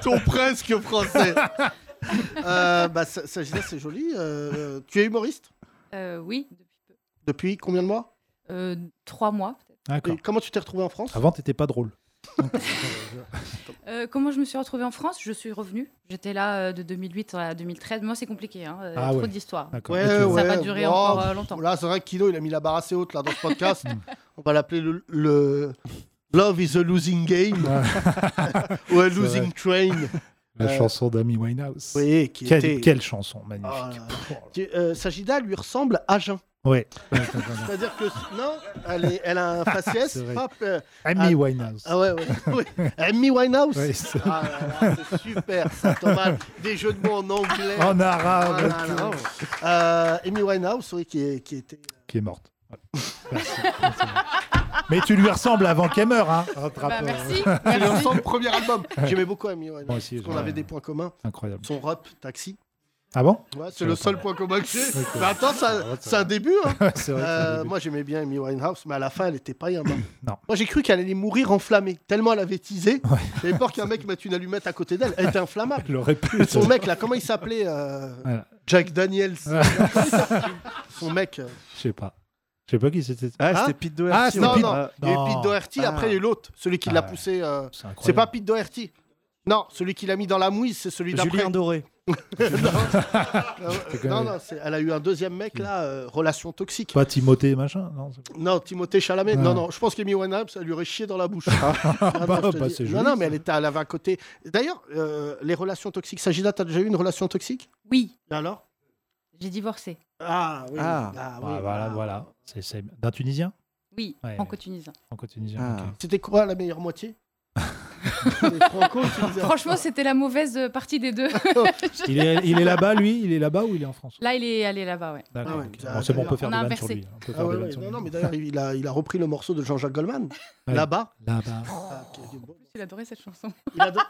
ton presque français. Euh, bah, ça, ça, je disais, c'est joli. Euh, tu es humoriste Euh, oui, depuis peu. Depuis combien de mois Euh, trois mois. peut-être. D'accord. Et Comment tu t'es retrouvé en Ah France Avant, t'étais pas drôle. Euh, comment je me suis retrouvée en France Je suis revenue. J'étais là euh, de 2008 à 2013. Moi, c'est compliqué. Hein. euh, Ah trop ouais. d'histoires. D'accord. Ouais, Et tu- Ça ouais. va durer wow. encore euh, longtemps. Là, c'est vrai que Kino, il a mis la barre assez haute là, dans ce podcast. On va l'appeler le, le Love is a Losing Game ou a Losing Train. La Euh, chanson d'Amy Winehouse. Oui, qui Quelle, était. quelle chanson magnifique. Ah, tu- euh, Sajida lui ressemble à Jean. Ouais. C'est-à-dire que. Non, elle, est- elle a un faciès. C'est vrai. hop, euh, Amy Winehouse. ah ouais, ouais. ouais. Amy Winehouse. Ouais, c'est- Ah là là, c'est super, ça, Thomas. Des jeux de mots en anglais. en Ah arabe, là là. Euh, Amy Winehouse, oui, qui, est- qui était. qui est morte. Voilà. Merci. Mais tu lui ressembles avant qu'elle meure, hein Bah, Rattrape- merci. C'est le son premier album. J'aimais beaucoup Amy Winehouse. Moi aussi, parce qu'on j'aime. avait des points communs. Incroyable. Son rap, taxi. Ah bon Ouais, c'est le seul point commun que j'ai. Ok. Mais attends, ça- c'est un début. hein. Ouais, C'est vrai. que c'est Euh, le début. moi, j'aimais bien Amy Winehouse, mais à la fin, elle était pas yamba. Non. Moi, j'ai cru qu'elle allait mourir enflammée, tellement elle avait teasé. Ouais. J'avais peur qu'un mec mette une allumette à côté d'elle. Elle était inflammable. Elle aurait pu. Son mec, là, comment il s'appelait euh, Voilà. Jack Daniels. Ouais. Son mec. euh, Je sais pas. Je sais pas qui c'était. Ah, Hein c'était Pete Doherty. Ah, c'est ouais. non, non, Ah, Il y a eu Non. Pete Doherty, Ah. après il y a eu l'autre, celui qui l'a Ah. poussé. euh, C'est incroyable. C'est pas Pete Doherty. Non, celui qui l'a mis dans la mouise, c'est celui d'après. Julien Doré. Euh, non, non, c'est- elle a eu un deuxième mec là, euh, relation toxique. Pas Timothée machin, non c'est- Non, Timothée Chalamet. Ah. Non, non, je pense qu'Amy Winehouse, ça lui aurait chié dans la bouche. Ah, bah, non, je te bah, dis. c'est non, joli, non, mais elle était à l'avant côté. D'ailleurs, euh, les relations toxiques, Sagida, t'as déjà eu une relation toxique Oui, Et alors j'ai divorcé. Ah oui. Ah. ah, oui, Ah, voilà, ah. voilà. C'est- C'est d'un Tunisien Oui, Ouais, franco-tunisien. Franco-Tunisien. Ah. ok. C'était quoi la meilleure moitié Les Franco, tu disais. Franchement, c'était la mauvaise euh, partie des deux. Il est, il est là-bas, lui Il est là-bas ou il est en France Là, il est allé là-bas, ouais. D'accord. Ah ouais, ok. ça- Bon, c'est bon, on peut faire on des a vannes sur inversé. lui. hein. On peut Ah faire ouais, des vannes ouais. sur Non, lui. non, mais d'ailleurs, il a, il a repris le morceau de Jean-Jacques Goldman Ouais. là-bas. Bah, Là-bas. Ah, ok, ok, bon. Il adorait cette chanson. Il adore-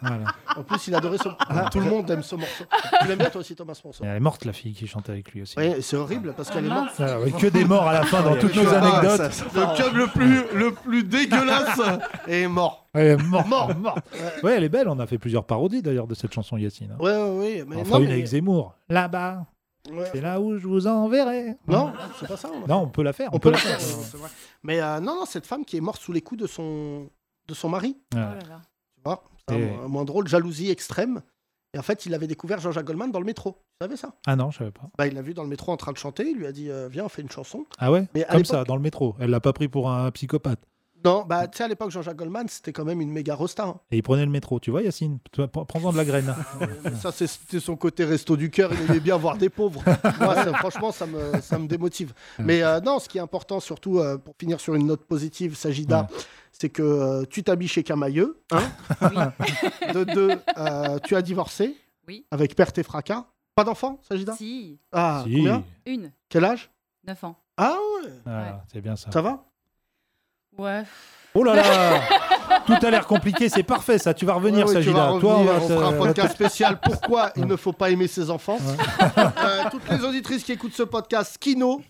Voilà. En plus, il adorait ce. Tout le monde aime ce morceau. Tu l'aimes bien toi aussi, Thomas, ce morceau Mais Elle est morte, la fille qui chantait avec lui aussi. Ouais, c'est horrible parce qu'elle est morte. Ah, ouais, que des morts à la fin dans toutes nos Ah, anecdotes. Le club le plus, le plus dégueulasse est mort. Elle est Ah, morte. Mort, mort. Ouais, elle est belle. On a fait plusieurs parodies d'ailleurs de cette chanson Yacine. hein. Ouais, ouais, ouais. Mais on non, fera une mais- avec Zemmour. Là-bas. C'est là où je vous enverrai. Non, c'est pas ça. on a- Non, on peut la faire. On peut la faire. faire. c'est vrai. Mais euh, non, non, cette femme qui est morte sous les coups de son, de son mari. Ah. Oh là là. Tu vois C'est Et- un, un moins drôle, jalousie extrême. Et en fait, il avait découvert Jean-Jacques Goldman dans le métro. Tu savais ça Ah non, je savais pas. bah, Il l'a vu dans le métro en train de chanter. Il lui a dit euh, Viens, on fait une chanson. Ah ouais Mais à Comme l'époque- ça, dans le métro. Elle l'a pas pris pour un psychopathe. Non, bah, tu sais, à l'époque, Jean-Jacques Goldman, c'était quand même une méga rosta. hein. Et il prenait le métro. Tu vois, Yacine Toi, pre- Prends-en de la graine. Ça, c'est- c'était son côté resto du cœur. Il aimait bien voir des pauvres. Moi, ça, franchement, ça me, ça me démotive. Mais euh, non, ce qui est important, surtout euh, pour finir sur une note positive, Sagida, c'est que euh, tu t'habilles chez Camailleux. Hein de deux, euh, tu as divorcé. Oui. Avec perte et fracas. Pas d'enfant, Sagida Si, Ah, Si. combien une, Quel âge 9 ans. Ah ouais, Ah, Ouais. C'est bien ça. ça va Ouais. Oh là là Tout a l'air compliqué. C'est parfait ça. Tu vas revenir, Ouais, ouais, tu Sagida. vas Toi, euh, on revenir, va on te- fera un on va te- podcast spécial pourquoi il ne faut pas aimer ses enfants. Euh, toutes les auditrices qui écoutent ce podcast, Kino,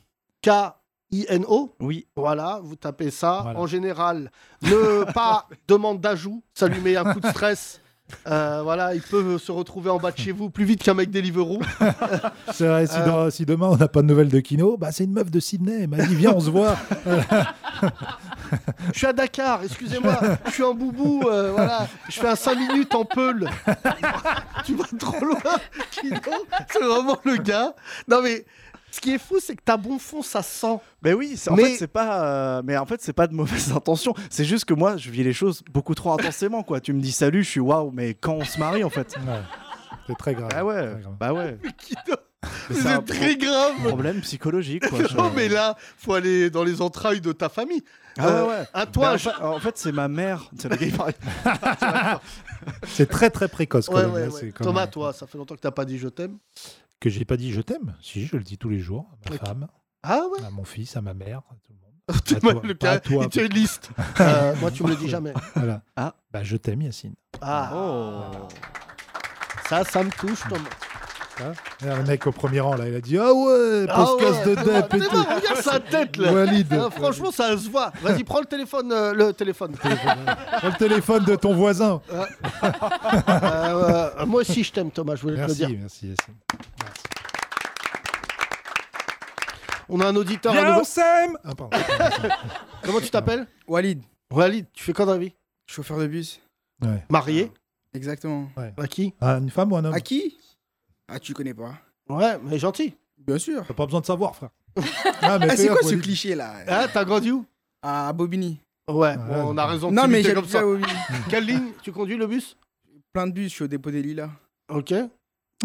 K-I-N-O, Oui, voilà, vous tapez ça. Voilà. En général, ne pas demande d'ajout, ça lui met un coup de stress. Euh, voilà, il peut se retrouver en bas de chez vous plus vite qu'un mec Deliveroo. C'est vrai, si, dans- si demain on n'a pas de nouvelles de Kino, bah c'est une meuf de Sydney. Elle m'a dit viens, on se voit. Je suis à Dakar, excusez-moi, je suis en boubou, euh, voilà, je fais un 5 minutes en peul. tu vas trop loin, Kino, c'est vraiment le gars. Non mais, ce qui est fou, c'est que t'as bon fond, ça sent. mais oui, c'est- en Mais- fait c'est pas, euh, mais en fait c'est pas de mauvaises intentions. C'est juste que moi je vis les choses beaucoup trop intensément quoi. Tu me dis salut, je suis waouh, mais quand on se marie en fait. Ouais. C'est très grave. Ah ouais, Très grave. bah ouais. Kino, Mais c'est un pro- très grave. problème psychologique quoi. Je- Non mais là, faut aller dans les entrailles de ta famille. Ah Euh, ouais, ouais. À toi, Ben, en je- fait- en, fait, c'est ma mère. C'est le gars, il parle- C'est très très précoce. Quand Ouais, même. ouais, Là, ouais. c'est quand Thomas, même- toi, ça fait longtemps que t'as pas dit je t'aime. Que j'ai pas dit je t'aime. Si, je le dis tous les jours. À ma Ok. femme, Ah ouais. à mon fils, à ma mère, à tout le monde. Tu À toi, m'as- le pas à cas, toi. il tient une liste. Euh, moi, tu me le dis jamais. Voilà. Ah. Bah je t'aime, Yacine. Ah, Oh. ça, ça me touche, Thomas. Là, Ah, le mec au premier rang là, il a dit ah ouais, Ah podcast ouais, de Thomas, Depp et Thomas, tout. Regarde sa tête là. Walid. Euh, franchement, ça se voit. Vas-y, prends le téléphone. euh, le téléphone. Prends le téléphone de ton voisin. Euh, euh, moi aussi, je t'aime, Thomas. Je voulais te Merci, le dire. merci, Yacine. On a un auditeur. à nouveau. Ah, pardon. Comment tu t'appelles Walid, Walid, tu fais quoi dans la vie chauffeur de bus. Marié Exactement. À qui Ah, une femme ou un homme À qui Ah, tu connais pas Ouais, mais gentil. Bien sûr. T'as pas besoin de savoir, frère. Ah, mais Ah, c'est fais quoi gaffe, ce Walid. cliché là Ah, t'as grandi où Ah, À Bobigny. Ouais, bon, ouais. on a raison. de Non, mais t'imiter j'ai comme ça. à Bobigny. Quelle ligne Tu conduis le bus Plein de bus, je suis au dépôt des Lilas. Ok. Ouais,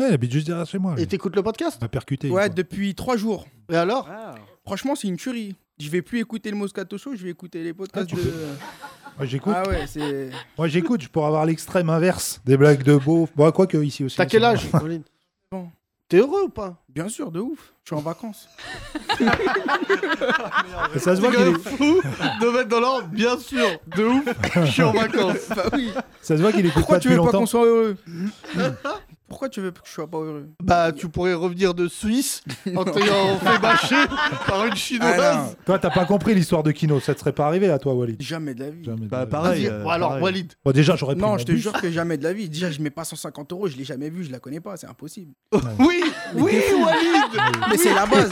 il habite juste derrière chez moi. lui. Et t'écoutes le podcast Il m'a percuté. Ouais, quoi. depuis trois jours. Et alors Ah Franchement, c'est une tuerie. Je vais plus écouter le Moscato Show, je vais écouter les podcasts Ah, tu de. Moi j'écoute. Ah ouais, c'est. Moi j'écoute. Je pourrais avoir l'extrême inverse des blagues de beau. Bon, quoi que ici aussi. T'as ils quel sont- âge, Pauline Bon. T'es heureux ou pas Bien sûr, de ouf. Je suis en vacances. Et Ça se voit C'est qu'il quand même est, fou de mettre dans l'ordre, bien sûr, de ouf, je suis en vacances. bah oui. ça se voit qu'il écoute Pourquoi pas tu depuis veux pas longtemps. qu'on soit heureux Pourquoi tu veux que je sois pas heureux Bah, tu pourrais revenir de Suisse en t'ayant fait bâcher par une Ah, chinoise. non. Toi t'as pas compris l'histoire de Kino. Ça te serait pas arrivé à toi, Walid. Jamais de la vie. Jamais de Bah la vie. pareil. Vas-y. euh, Bon, alors, pareil. Walid, Bon, déjà j'aurais pris. Non, mon je te bus. jure que jamais de la vie. Déjà, je mets pas 150 euros, je l'ai jamais vu, je la connais pas, c'est impossible. oui, oui, Walid, Mais c'est la base.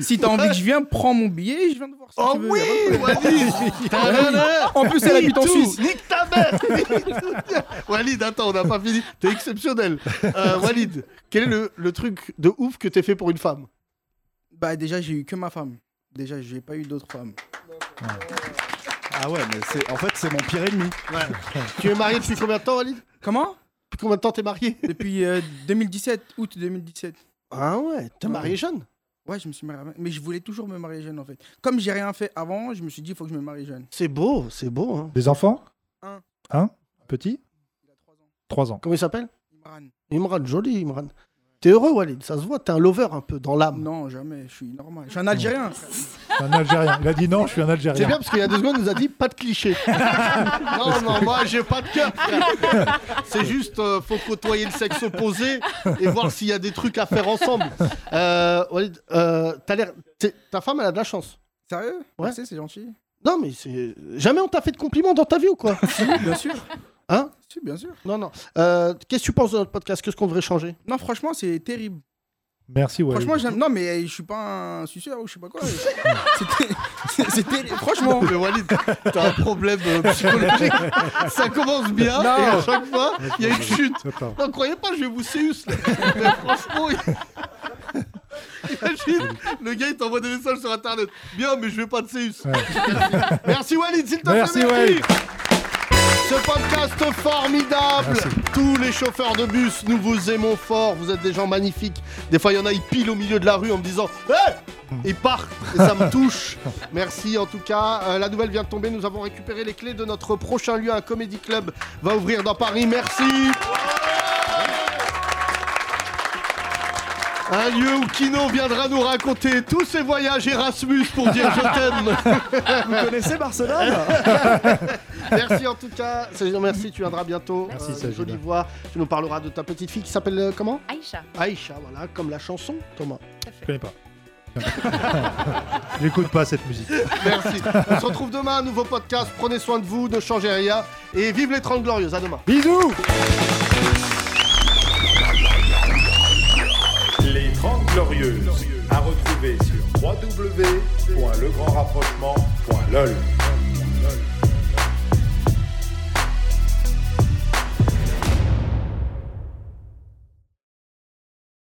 si t'as envie que je vienne, prends mon billet, je viens te voir. Si oh Ah tu veux, oui, y a pas de problème. Walid, Ta-da-da. Ah En plus, elle habite en Nique Ah tout, Suisse. Nique ta mère Walid, attends, on n'a pas fini. T'es exceptionnel. Euh, Walid, quel est le, le truc de ouf que t'es fait pour une femme Bah déjà, j'ai eu que ma femme. Déjà, j'ai pas eu d'autres femmes. Ah ouais, mais c'est- en fait c'est mon pire ennemi. Tu es marié depuis combien de temps, Walid Comment Depuis combien de temps t'es marié Depuis euh, 2017, août 2017. Ah ouais, t'es Ouais. marié jeune Ouais, je me suis marié, mais je voulais toujours me marier jeune en fait. Comme j'ai rien fait avant, je me suis dit il faut que je me marie jeune. C'est beau, c'est beau. Hein. Des enfants Un. Un Petit Il a 3 ans. Trois ans. Comment il s'appelle Imran. Imran, joli Imran. T'es heureux, Walid, ça se voit, t'es un lover un peu dans l'âme. Non, jamais, je suis normal. Je suis un Algérien. Un Algérien. Il a dit non, je suis un C'est Algérien. bien parce qu'il y a deux secondes, il nous a dit pas de clichés. non, non, moi j'ai pas de cœur, frère. C'est juste, euh, faut côtoyer le sexe opposé et voir s'il y a des trucs à faire ensemble. Euh, Walid, euh, t'as l'air. t'es- Ta femme, elle a de la chance. Sérieux Ouais. Merci, c'est gentil. Non, mais c'est. Jamais on t'a fait de compliments dans ta vie ou quoi Si, bien sûr. Hein Si, bien sûr. Non, non. Euh, Qu'est-ce que tu penses de notre podcast Qu'est-ce qu'on devrait changer Non, franchement, c'est terrible. Merci, Walid. Franchement, j'aime. Non, mais euh, je suis pas un suceur ou je sais pas quoi. C'était- C'était. Franchement. Mais Walid, t'as un problème euh, psychologique. Ça commence bien et à chaque fois, il y a une chute. Attends. Non, croyez pas, je vais vous séus. là. Mais franchement, il- imagine, le gars il t'envoie des messages sur internet. Bien, mais je vais pas de séus. Merci Walid, s'il te plaît. Merci, Walid. Ce podcast formidable. Tous les chauffeurs de bus, nous vous aimons fort. Vous êtes des gens magnifiques. Des fois, il y en a, ils pilent au milieu de la rue en me disant Hé Ils partent. Et ça me touche. Merci en tout cas. Euh, la nouvelle vient de tomber. Nous avons récupéré les clés de notre prochain lieu. Un comédie club va ouvrir dans Paris. Merci. Un lieu où Kino viendra nous raconter tous ses voyages Erasmus pour dire je t'aime. Vous connaissez Barcelone Merci en tout cas. Sagina, Merci, tu viendras bientôt. Merci, une Sagina. jolie voix. Tu nous parleras de ta petite fille qui s'appelle euh, comment Aïcha. Aïcha, voilà, comme la chanson, Thomas. Je connais pas. J'écoute pas cette musique. Merci. On se retrouve demain, un nouveau podcast. Prenez soin de vous, ne changez rien. Et vive les 30 glorieuses. À demain. Bisous Les 30 Glorieuses. À retrouver sur www.legrandrapprochement.lol.